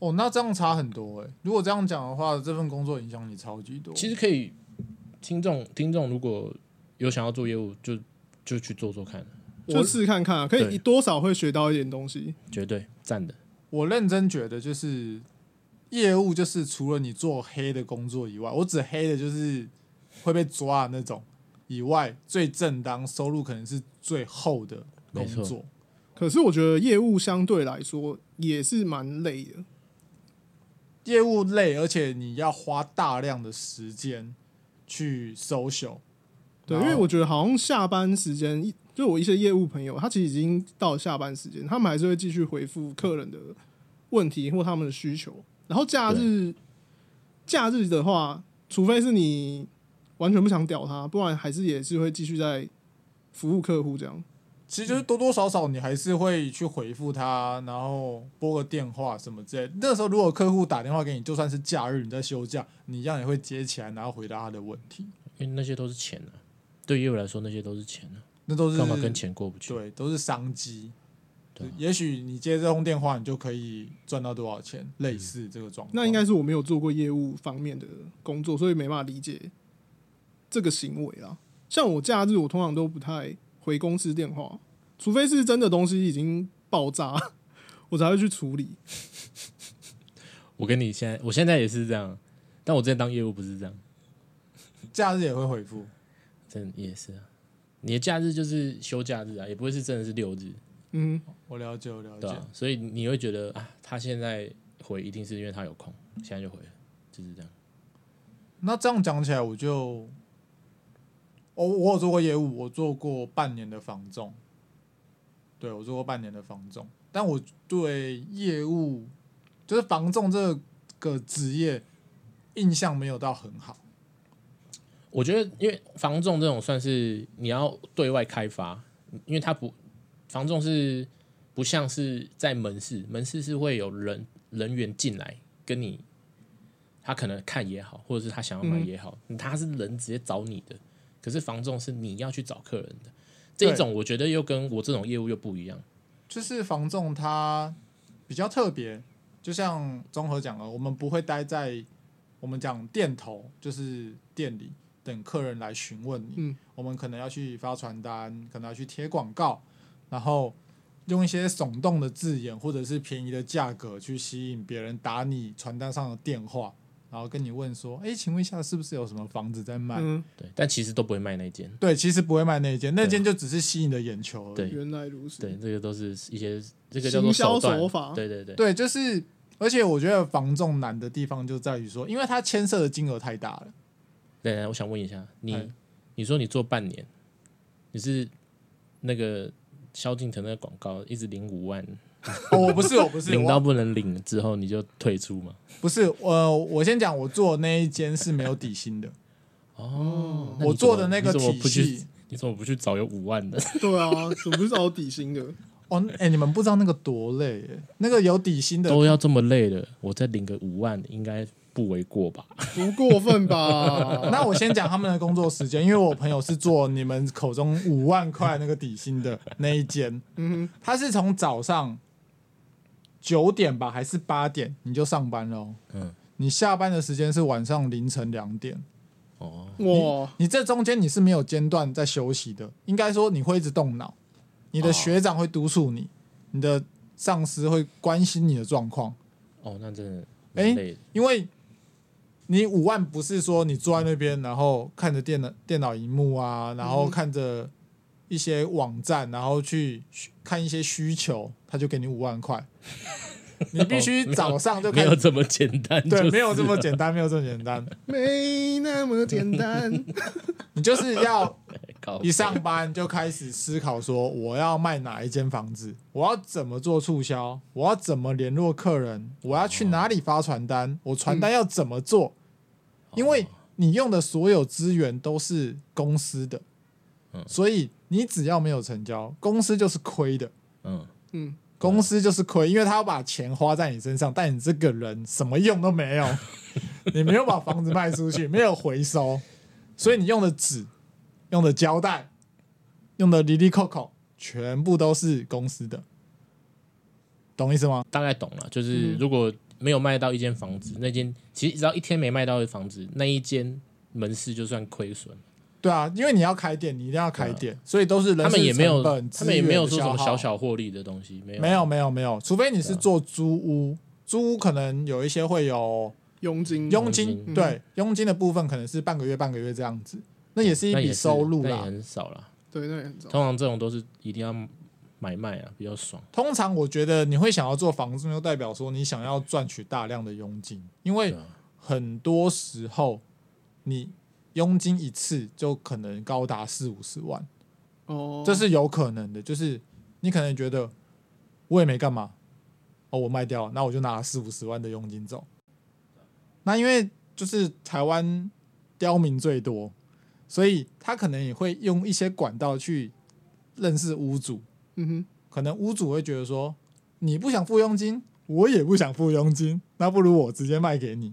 S2: 哦，那这样差很多哎、如果这样讲的话，这份工作影响你超级多。
S3: 其实可以，听众听众如果有想要做业务，就就去做做看，
S1: 就试看看啊，可以
S3: 对
S1: 多少会学到一点东西。
S3: 绝对赞的。
S2: 我认真觉得，就是业务就是除了你做黑的工作以外，我指黑的就是会被抓的那种以外，最正当、收入可能是最厚的工
S3: 没
S2: 作
S3: 错。
S1: 可是我觉得业务相对来说也是蛮累的，
S2: 业务累，而且你要花大量的时间去 social。
S1: 对，
S2: 然
S1: 因
S2: 后
S1: 为我觉得好像下班时间，一就我一些业务朋友，他其实已经到了下班时间，他们还是会继续回复客人的问题或他们的需求。然后假日，假日的话，除非是你完全不想屌他，不然还是也是会继续在服务客户这样。
S2: 其实
S3: 嗯
S2: 就是多多少少你还是会去回复他，然后拨个电话什么之类的。那时候如果客户打电话给你，就算是假日你在休假，你一样也会接起来，然后回答他的问题。
S3: 因为那些都是钱啊，对业务来说那些都是钱啊，
S2: 那都是
S3: 干嘛跟钱过不去？
S2: 对，都是商机。
S3: 对啊
S2: 也许你接这通电话，你就可以赚到多少钱，
S3: 嗯
S2: 类似这个状况。
S1: 那应该是我没有做过业务方面的工作，所以没办法理解这个行为啦。像我假日，我通常都不太回公司电话，除非是真的东西已经爆炸，我才会去处理。
S3: 我跟你现在，我现在也是这样，但我之前当业务不是这样，
S2: 假日也会回复。
S3: 真的也是啊。你的假日就是休假日啊，也不会是真的是六日，
S1: 嗯，
S2: 我了解，我了
S3: 对吧、啊
S2: 解。
S3: 所以你会觉得啊，他现在回一定是因为他有空，现在就回了，就是这样。
S2: 那这样讲起来，我就，哦，我有做过业务，我做过半年的房仲，对我做过半年的房仲，但我对业务就是房仲这个职业印象没有到很好。
S3: 我觉得，因为房仲这种算是你要对外开发，因为它不房仲是不像是在门市，门市是会有人人员进来跟你，他可能看也好，或者是他想要买也好，
S1: 嗯
S3: 他是人直接找你的。可是房仲是你要去找客人的，这一
S2: 对
S3: 种我觉得又跟我这种业务又不一样。
S2: 就是房仲它比较特别，就像综合讲了，我们不会待在我们讲店头，就是店里等客人来询问你，
S1: 嗯
S2: 我们可能要去发传单，可能要去贴广告，然后用一些耸动的字眼或者是便宜的价格去吸引别人打你传单上的电话。然后跟你问说，哎，请问一下，是不是有什么房子在卖？
S1: 嗯，啊
S3: 对，但其实都不会卖那间。
S2: 对，其实不会卖那间，那间就只是吸引你的眼球而已。
S3: 对
S1: 原来如此。
S3: 对，这个都是一些这个叫做
S1: 行销
S3: 手段
S1: 手法
S3: 对对对，
S2: 对，就是，而且我觉得房仲难的地方就在于说，因为它牵涉的金额太大了。
S3: 来来，我想问一下，你、
S2: 哎
S3: 你说你做半年，你是那个萧敬腾的广告一直领五万，
S2: 哦，我不是，我不是，
S3: 领到
S2: 我
S3: 不能领之后你就退出嘛。
S2: 不是，呃，我先讲，我做的那一间是没有底薪的，
S3: 哦，
S2: 我做的那个
S3: 你怎么
S2: 体
S3: 不去
S2: 系？，
S3: 你怎么不去找有五 万的？
S1: 对啊，怎么不是找底薪的？
S2: 哦，哎、你们不知道那个多累耶，那个有底薪的
S3: 都要这么累了，我再领个五万应该不为过吧？
S1: 不过分 吧？
S2: 那我先讲他们的工作时间，因为我朋友是做你们口中五万块那个底薪的那一间，
S1: 嗯哼，
S2: 他是从早上九点吧，还是八点你就上班喽？
S3: 嗯，
S2: 你下班的时间是晚上凌晨两点，
S3: 哦，
S1: 哇，
S2: 你这中间你是没有间断在休息的，应该说你会一直动脑，你的
S3: 哦
S2: 学长会督促你，你的上司会关心你的状况，
S3: 哦，那真的
S2: 哎
S3: 蛮累的。
S2: 因为你五万不是说你坐在那边，然后看着电脑电脑荧幕啊，然后看着一些网站，然后去需看一些需求，他就给你五万 块。你必须早上就
S3: 没
S2: 开
S3: 有
S2: 始，
S3: 这么简单，
S2: 对，
S3: 就是
S2: 没有这么简单，没有这么简单，
S1: 没那么简 单。
S2: 你就是要
S3: 搞
S2: 一上班就开始思考说我要卖哪一间房子，我要怎么做促销，我要怎么联络客人，我要去哪里发传单，我传单要怎么做，因为你用的所有资源都是公司的，所以你只要没有成交，公司就是亏的。
S3: 嗯，
S1: 嗯，
S2: 公司就是亏，因为他要把钱花在你身上，但你这个人什么用都没有，你没有把房子卖出去，没有回收，所以你用的纸、用的胶带、用的 Lily Coco 全部都是公司的，懂意思吗？
S3: 大概懂了。
S2: 嗯
S3: 就是如果没有卖到一间房子，那间其实只要一天没卖到的房子，那一间门市就算亏损。
S2: 对啊，因为你要开店，你一定要开店，所以都是人事
S3: 啊他们也没有
S2: 成本，
S3: 他们也没有说什么
S2: 资源的消
S3: 小
S2: 耗
S3: 小获利的东西，没有，啊
S2: 没有没有没有，除非你是做租屋，租屋可能有一些会有
S1: 佣金，
S2: 佣
S3: 佣
S2: 金
S1: 金
S2: 对佣金的部分可能是半个月半个月这样子，那也是一
S3: 那也
S2: 笔
S3: 是
S2: 收入
S3: 那也
S2: 啦。
S3: 很少啦。
S1: 对，那也很早。
S3: 通常这种都是一定要买卖啊，比较爽。
S2: 通常我觉得你会想要做房租，就代表说你想要赚取大量的佣金，因为
S3: 对啊
S2: 很多时候你佣金一次就可能高达四五十万，
S1: 哦，
S2: 这是有可能的。就是你可能觉得我也没干嘛，哦，我卖掉了，那我就拿四五十万的佣金走。那因为就是台湾刁民最多，所以他可能也会用一些管道去认识屋主。
S1: 嗯哼，
S2: 可能屋主会觉得说，你不想付佣金，我也不想付佣金，那不如我直接卖给你。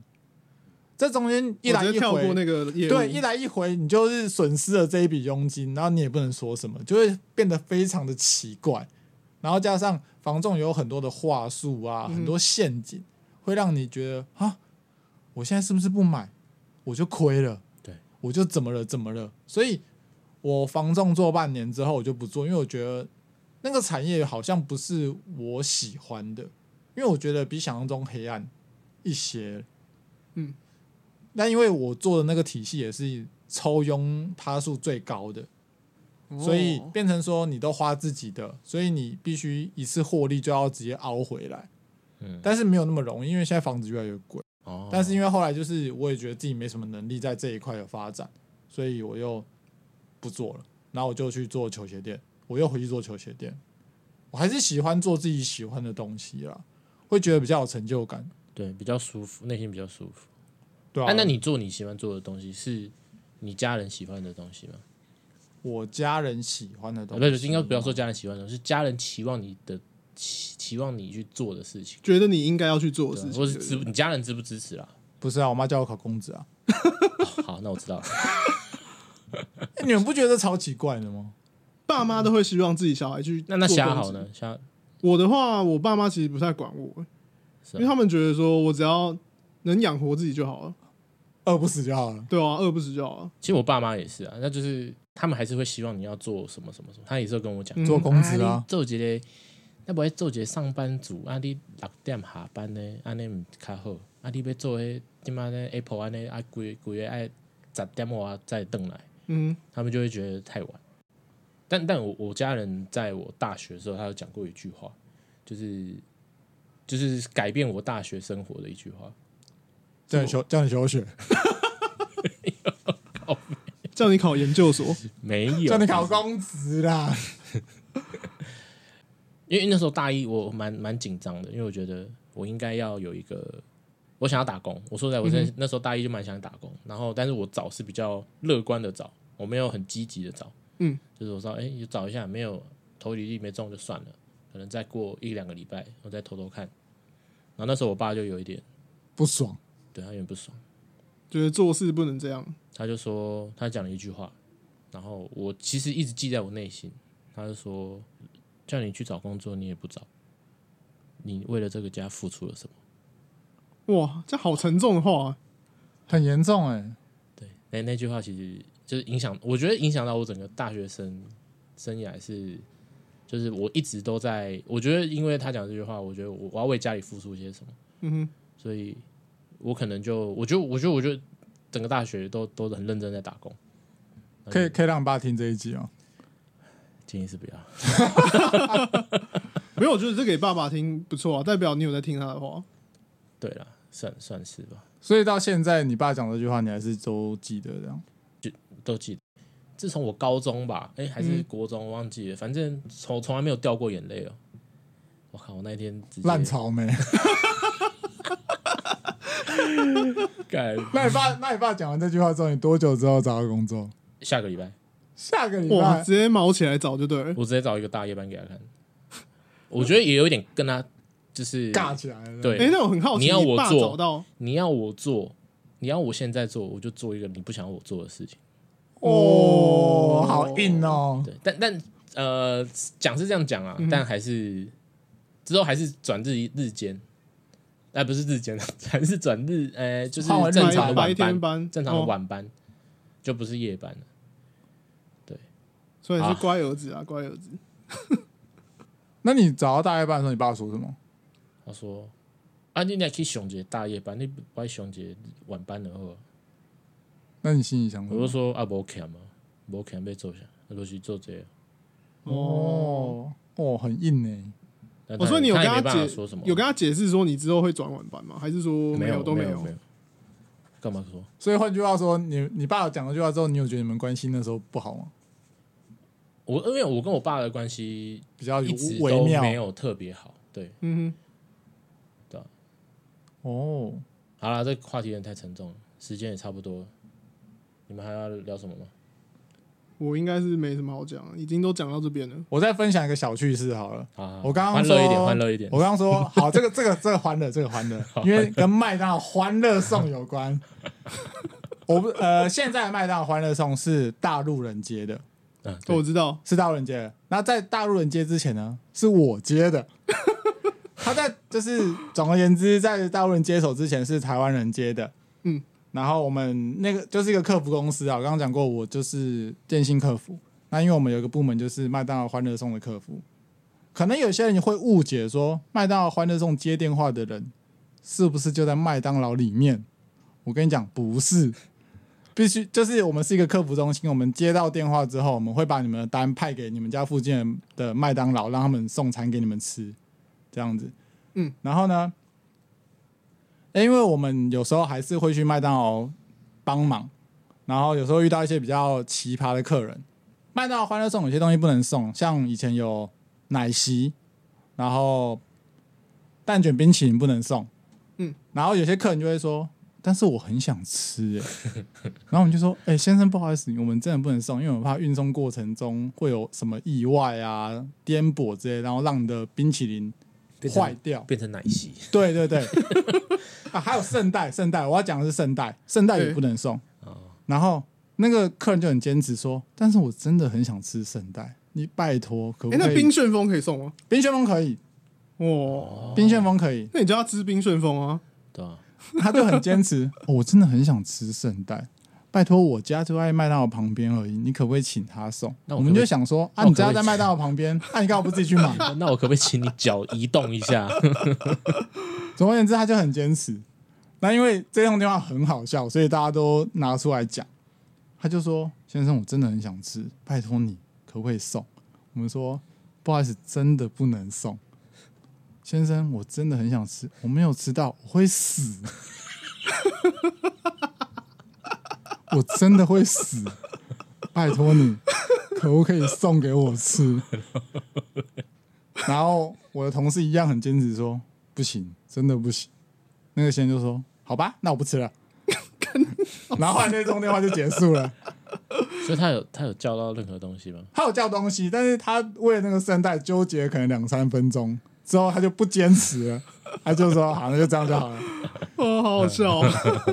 S2: 这中间一来
S1: 我直
S2: 一
S1: 接跳
S2: 回
S1: 过，那个业务，
S2: 对，一来一回，你就是损失了这一笔佣金，然后你也不能说什么，就会变得非常的奇怪。然后加上房仲有很多的话术啊，
S1: 嗯
S2: 很多陷阱，会让你觉得啊，我现在是不是不买，我就亏了？
S3: 对，
S2: 我就怎么了怎么了？所以我房仲做半年之后，我就不做，因为我觉得那个产业好像不是我喜欢的，因为我觉得比想象中黑暗一些。
S1: 嗯，
S2: 那因为我做的那个体系也是抽佣趴数最高的，
S1: 哦
S2: 所以变成说你都花自己的，所以你必须一次获利就要直接凹回来。
S3: 嗯，
S2: 但是没有那么容易，因为现在房子越来越贵。
S3: 哦，
S2: 但是因为后来就是我也觉得自己没什么能力在这一块有发展，所以我又不做了。然后我就去做球鞋店，我又回去做球鞋店。我还是喜欢做自己喜欢的东西啦，会觉得比较有成就感，
S3: 对比较舒服，内心比较舒服。
S2: 对
S3: 哎、
S2: 啊，
S3: 那你做你喜欢做的东西，是你家人喜欢的东西吗？
S2: 我家人喜欢的
S3: 啊
S2: 东
S3: 不
S2: 西，哎
S3: 是，应该不要说家人喜欢的，是家人期望你的期期望你去做的事情，
S1: 觉得你应该要去做的
S3: 对啊
S1: 事情，
S3: 或是
S1: 对
S3: 支你家人支不支持啦？
S2: 不是啊，我妈叫我考公职啊。
S3: 哦好，那我知道了。
S2: 欸你们不觉得超奇怪的吗？
S1: 爸妈都会希望自己小孩去。
S3: 嗯那那虾好？呢？虾
S1: 我的话，我爸妈其实不太管我，
S3: 是
S1: 因为他们觉得说我只要能养活自己就好了，
S3: 啊
S2: 饿呃不死就好了。
S1: 对啊，饿不死就好了。
S3: 其实我爸妈也是啊，那就是他们还是会希望你要做什么什么什么，他也是有跟我讲，
S1: 嗯
S2: 做公职
S3: 啊
S2: 啊
S3: 你，做一个，那不会做一个上班族，啊，你六点下班呢，安尼毋较好，啊，你要做迄即马呢 Apple 安尼啊，规规个爱十点外再转来，
S1: 嗯，
S3: 他们就会觉得太晚。但但我我家人在我大学的时候，他有讲过一句话，就是就是改变我大学生活的一句话，
S2: 叫你休叫你休学，
S1: 叫你考 研究所，
S3: 没有
S2: 叫你考公职啦。
S3: 因为那时候大一我蛮蛮紧张的，因为我觉得我应该要有一个，我想要打工。我说实在，我真的那时候大一就蛮想打工，然后但是我找是比较乐观的找，我没有很积极的找，
S1: 嗯，
S3: 就是我说哎，你找一下，没有投履历没中就算了，可能再过一两个礼拜我再偷偷看。然后那时候我爸就有一点，
S2: 不爽，
S3: 对他有点不爽，
S1: 觉得做事不能这样，
S3: 他就说他讲了一句话，然后我其实一直记在我内心。他就说叫你去找工作，你也不找，你为了这个家付出了什么？
S1: 哇，这好沉重的话、啊，
S2: 很严重哎、
S3: 对，那那句话其实就是影响，我觉得影响到我整个大学生生涯是，就是我一直都在，我觉得因为他讲这句话，我觉得我我要为家里付出些什么，
S1: 嗯哼，
S3: 所以我可能就，我觉得，我觉得，我觉得整个大学都都很认真在打工，
S2: 可以可以让爸听这一集哦。
S3: 建议是不要。
S1: 没有，我觉得这给爸爸听不错啊，代表你有在听他的话。
S3: 对了，算算是吧，
S2: 所以到现在，你爸讲这句话，你还是都记得这样。
S3: 都记得。自从我高中吧，哎、还
S2: 嗯
S3: 是国中，我忘记了，反正从从来没有掉过眼泪哦。我靠，我那一天直接
S2: 烂草 莓，
S3: 干，
S2: 那你爸那你爸讲完这句话之后，你多久之后找到工作？
S3: 下个礼拜
S2: 下个礼
S1: 哇，
S2: 拜
S1: 直接毛起来找就对了。
S3: 我直接找一个大夜班给他看。我觉得也有一点跟他就是
S2: 尬起来了。，
S1: 哎、
S3: 对，
S1: 那我很好奇，
S3: 你要我
S1: 爸
S3: 做
S1: 找到
S3: 你要我做，你要我现在做，我就做一个你不想要我做的事情。
S2: 哦，好硬哦。
S3: 对，但但呃，讲是这样讲啊，
S2: 嗯
S3: 但还是之后还是转日日间，哎、不是日间， 还是转日，呃，就是
S2: 换完日
S3: 正
S2: 间
S3: 常的
S1: 白
S3: 晚
S1: 天
S3: 班，
S1: 班，
S3: 正常的
S1: 哦
S3: 晚班，就不是夜班了。
S1: 所以你是
S3: 啊
S1: 乖儿子啊，乖儿子。
S2: 那你找到大概半的时候，你爸说什么？
S3: 他说：“啊，你来去熊姐大夜班，你不爱熊姐晚班的话。”
S1: 嗯
S2: 那你心里想什
S3: 我就
S2: 么？
S3: 说啊，无欠嘛，无欠要做啥，啊，就是做这个。
S2: 哦哦，很硬哎、
S3: 但他
S1: 我哦说你有
S3: 他
S1: 跟
S3: 也没办法
S1: 解
S3: 说什么，
S1: 有跟他解释说你之后会转晚班吗？还是说
S3: 没
S1: 有都
S3: 没
S1: 有
S3: 没？有，干嘛说？
S2: 所以换句话说，你你爸讲那句话之后，你有觉得你们关系那时候不好吗？
S3: 我因为我跟我爸的关系
S2: 比较
S3: 一直
S2: 微
S3: 都
S2: 妙
S3: 没有特别好，对，
S1: 嗯
S2: 哦。
S3: 好啦，这个话题有点太沉重了，时间也差不多了，你们还要聊什么吗？
S1: 哼，我应该是没什么好讲，已经都讲到这边了。
S2: 我再分享一个小趣事好了。
S3: 好好，好
S2: 我刚刚
S3: 欢乐一点，
S2: 说
S3: 欢乐一点
S2: 我，刚刚 说好，这个这个这个欢乐，这个欢乐，因为跟麦当劳欢乐颂有关。我不呃，现在的麦当劳欢乐颂是大陆人接的，
S3: 嗯，
S1: 哦
S3: 对
S1: 我知道，
S2: 是大陆人接的。那在大陆人接之前呢，是我接的。他在就是总而言之，在大陆人接手之前是台湾人接的。
S1: 嗯，
S2: 然后我们那个就是一个客服公司啊，我刚刚讲过，我就是电信客服。那因为我们有一个部门就是麦当劳欢乐颂的客服，可能有些人会误解说麦当劳欢乐颂接电话的人是不是就在麦当劳里面？我跟你讲，不是，必须就是我们是一个客服中心，我们接到电话之后，我们会把你们的单派给你们家附近的麦当劳，让他们送餐给你们吃，这样子。
S1: 嗯，
S2: 然后呢，诶因为我们有时候还是会去麦当劳帮忙，然后有时候遇到一些比较奇葩的客人，麦当劳欢乐颂有些东西不能送，像以前有奶昔，然后蛋卷冰淇淋不能送。
S1: 嗯，
S2: 然后有些客人就会说：“但是我很想吃、欸。”然后我们就说：“哎、先生，不好意思，我们真的不能送，因为我们怕运送过程中会有什么意外啊、颠簸之类，然后让你的冰淇淋
S3: 变成
S2: 坏掉。
S3: 变成奶昔，
S2: 对对 对，啊，还有圣代，圣代，我要讲的是圣代，圣代也
S1: 对
S2: 不能送。
S3: 哦
S2: 然后那个客人就很坚持说：“但是我真的很想吃圣代，你拜托，可不
S1: 哎、
S2: 可
S1: 那
S2: 以？”
S1: 冰旋风可以送吗？
S2: 冰旋风可以，
S1: 哦，
S2: 冰旋风可以。
S1: 那你就要吃冰旋风啊！
S3: 对吧？
S2: 他就很坚持、 哦我真的很想吃圣代，拜托我家就在麦当劳旁边而已，你可不可以请他送？
S3: 那我
S2: 我们
S3: 可不可以
S2: 就想说啊，
S3: 那我
S2: 你
S3: 可不可以
S2: 家在麦当劳旁边，那、你干嘛不自己去买？
S3: 那我可不可以请你脚移动一下？
S2: 总而言之，他就很坚持。那因为这通电话很好笑，所以大家都拿出来讲。他就说：“先生，我真的很想吃，拜托你可不可以送？”我们说：“不好意思，真的不能送。”先生，我真的很想吃，我没有吃到，我会死。 我真的会死，拜托你，可不可以送给我吃？然后我的同事一样很坚持说不行，真的不行。那个先生就说好吧，那我不吃了。 然后后来那通电话就结束了。
S3: 所以他有他有叫到任何东西吗？
S2: 他有叫东西，但是他为了那个声带纠结可能两三分钟之后，他就不坚持了，他就说好，那就这样就好了。
S1: 哦，好好 笑、哦，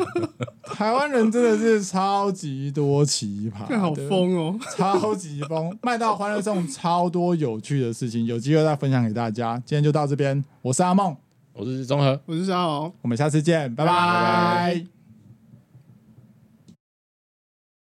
S2: 台湾人真的是超级多奇葩的，
S1: 看好疯哦！
S2: 超级疯！麦到欢乐颂超多有趣的事情，有机会再分享给大家。今天就到这边，我是阿梦，
S3: 我是综合。
S1: 我是沙豪，
S2: 我们下次见，拜
S3: 拜
S2: 拜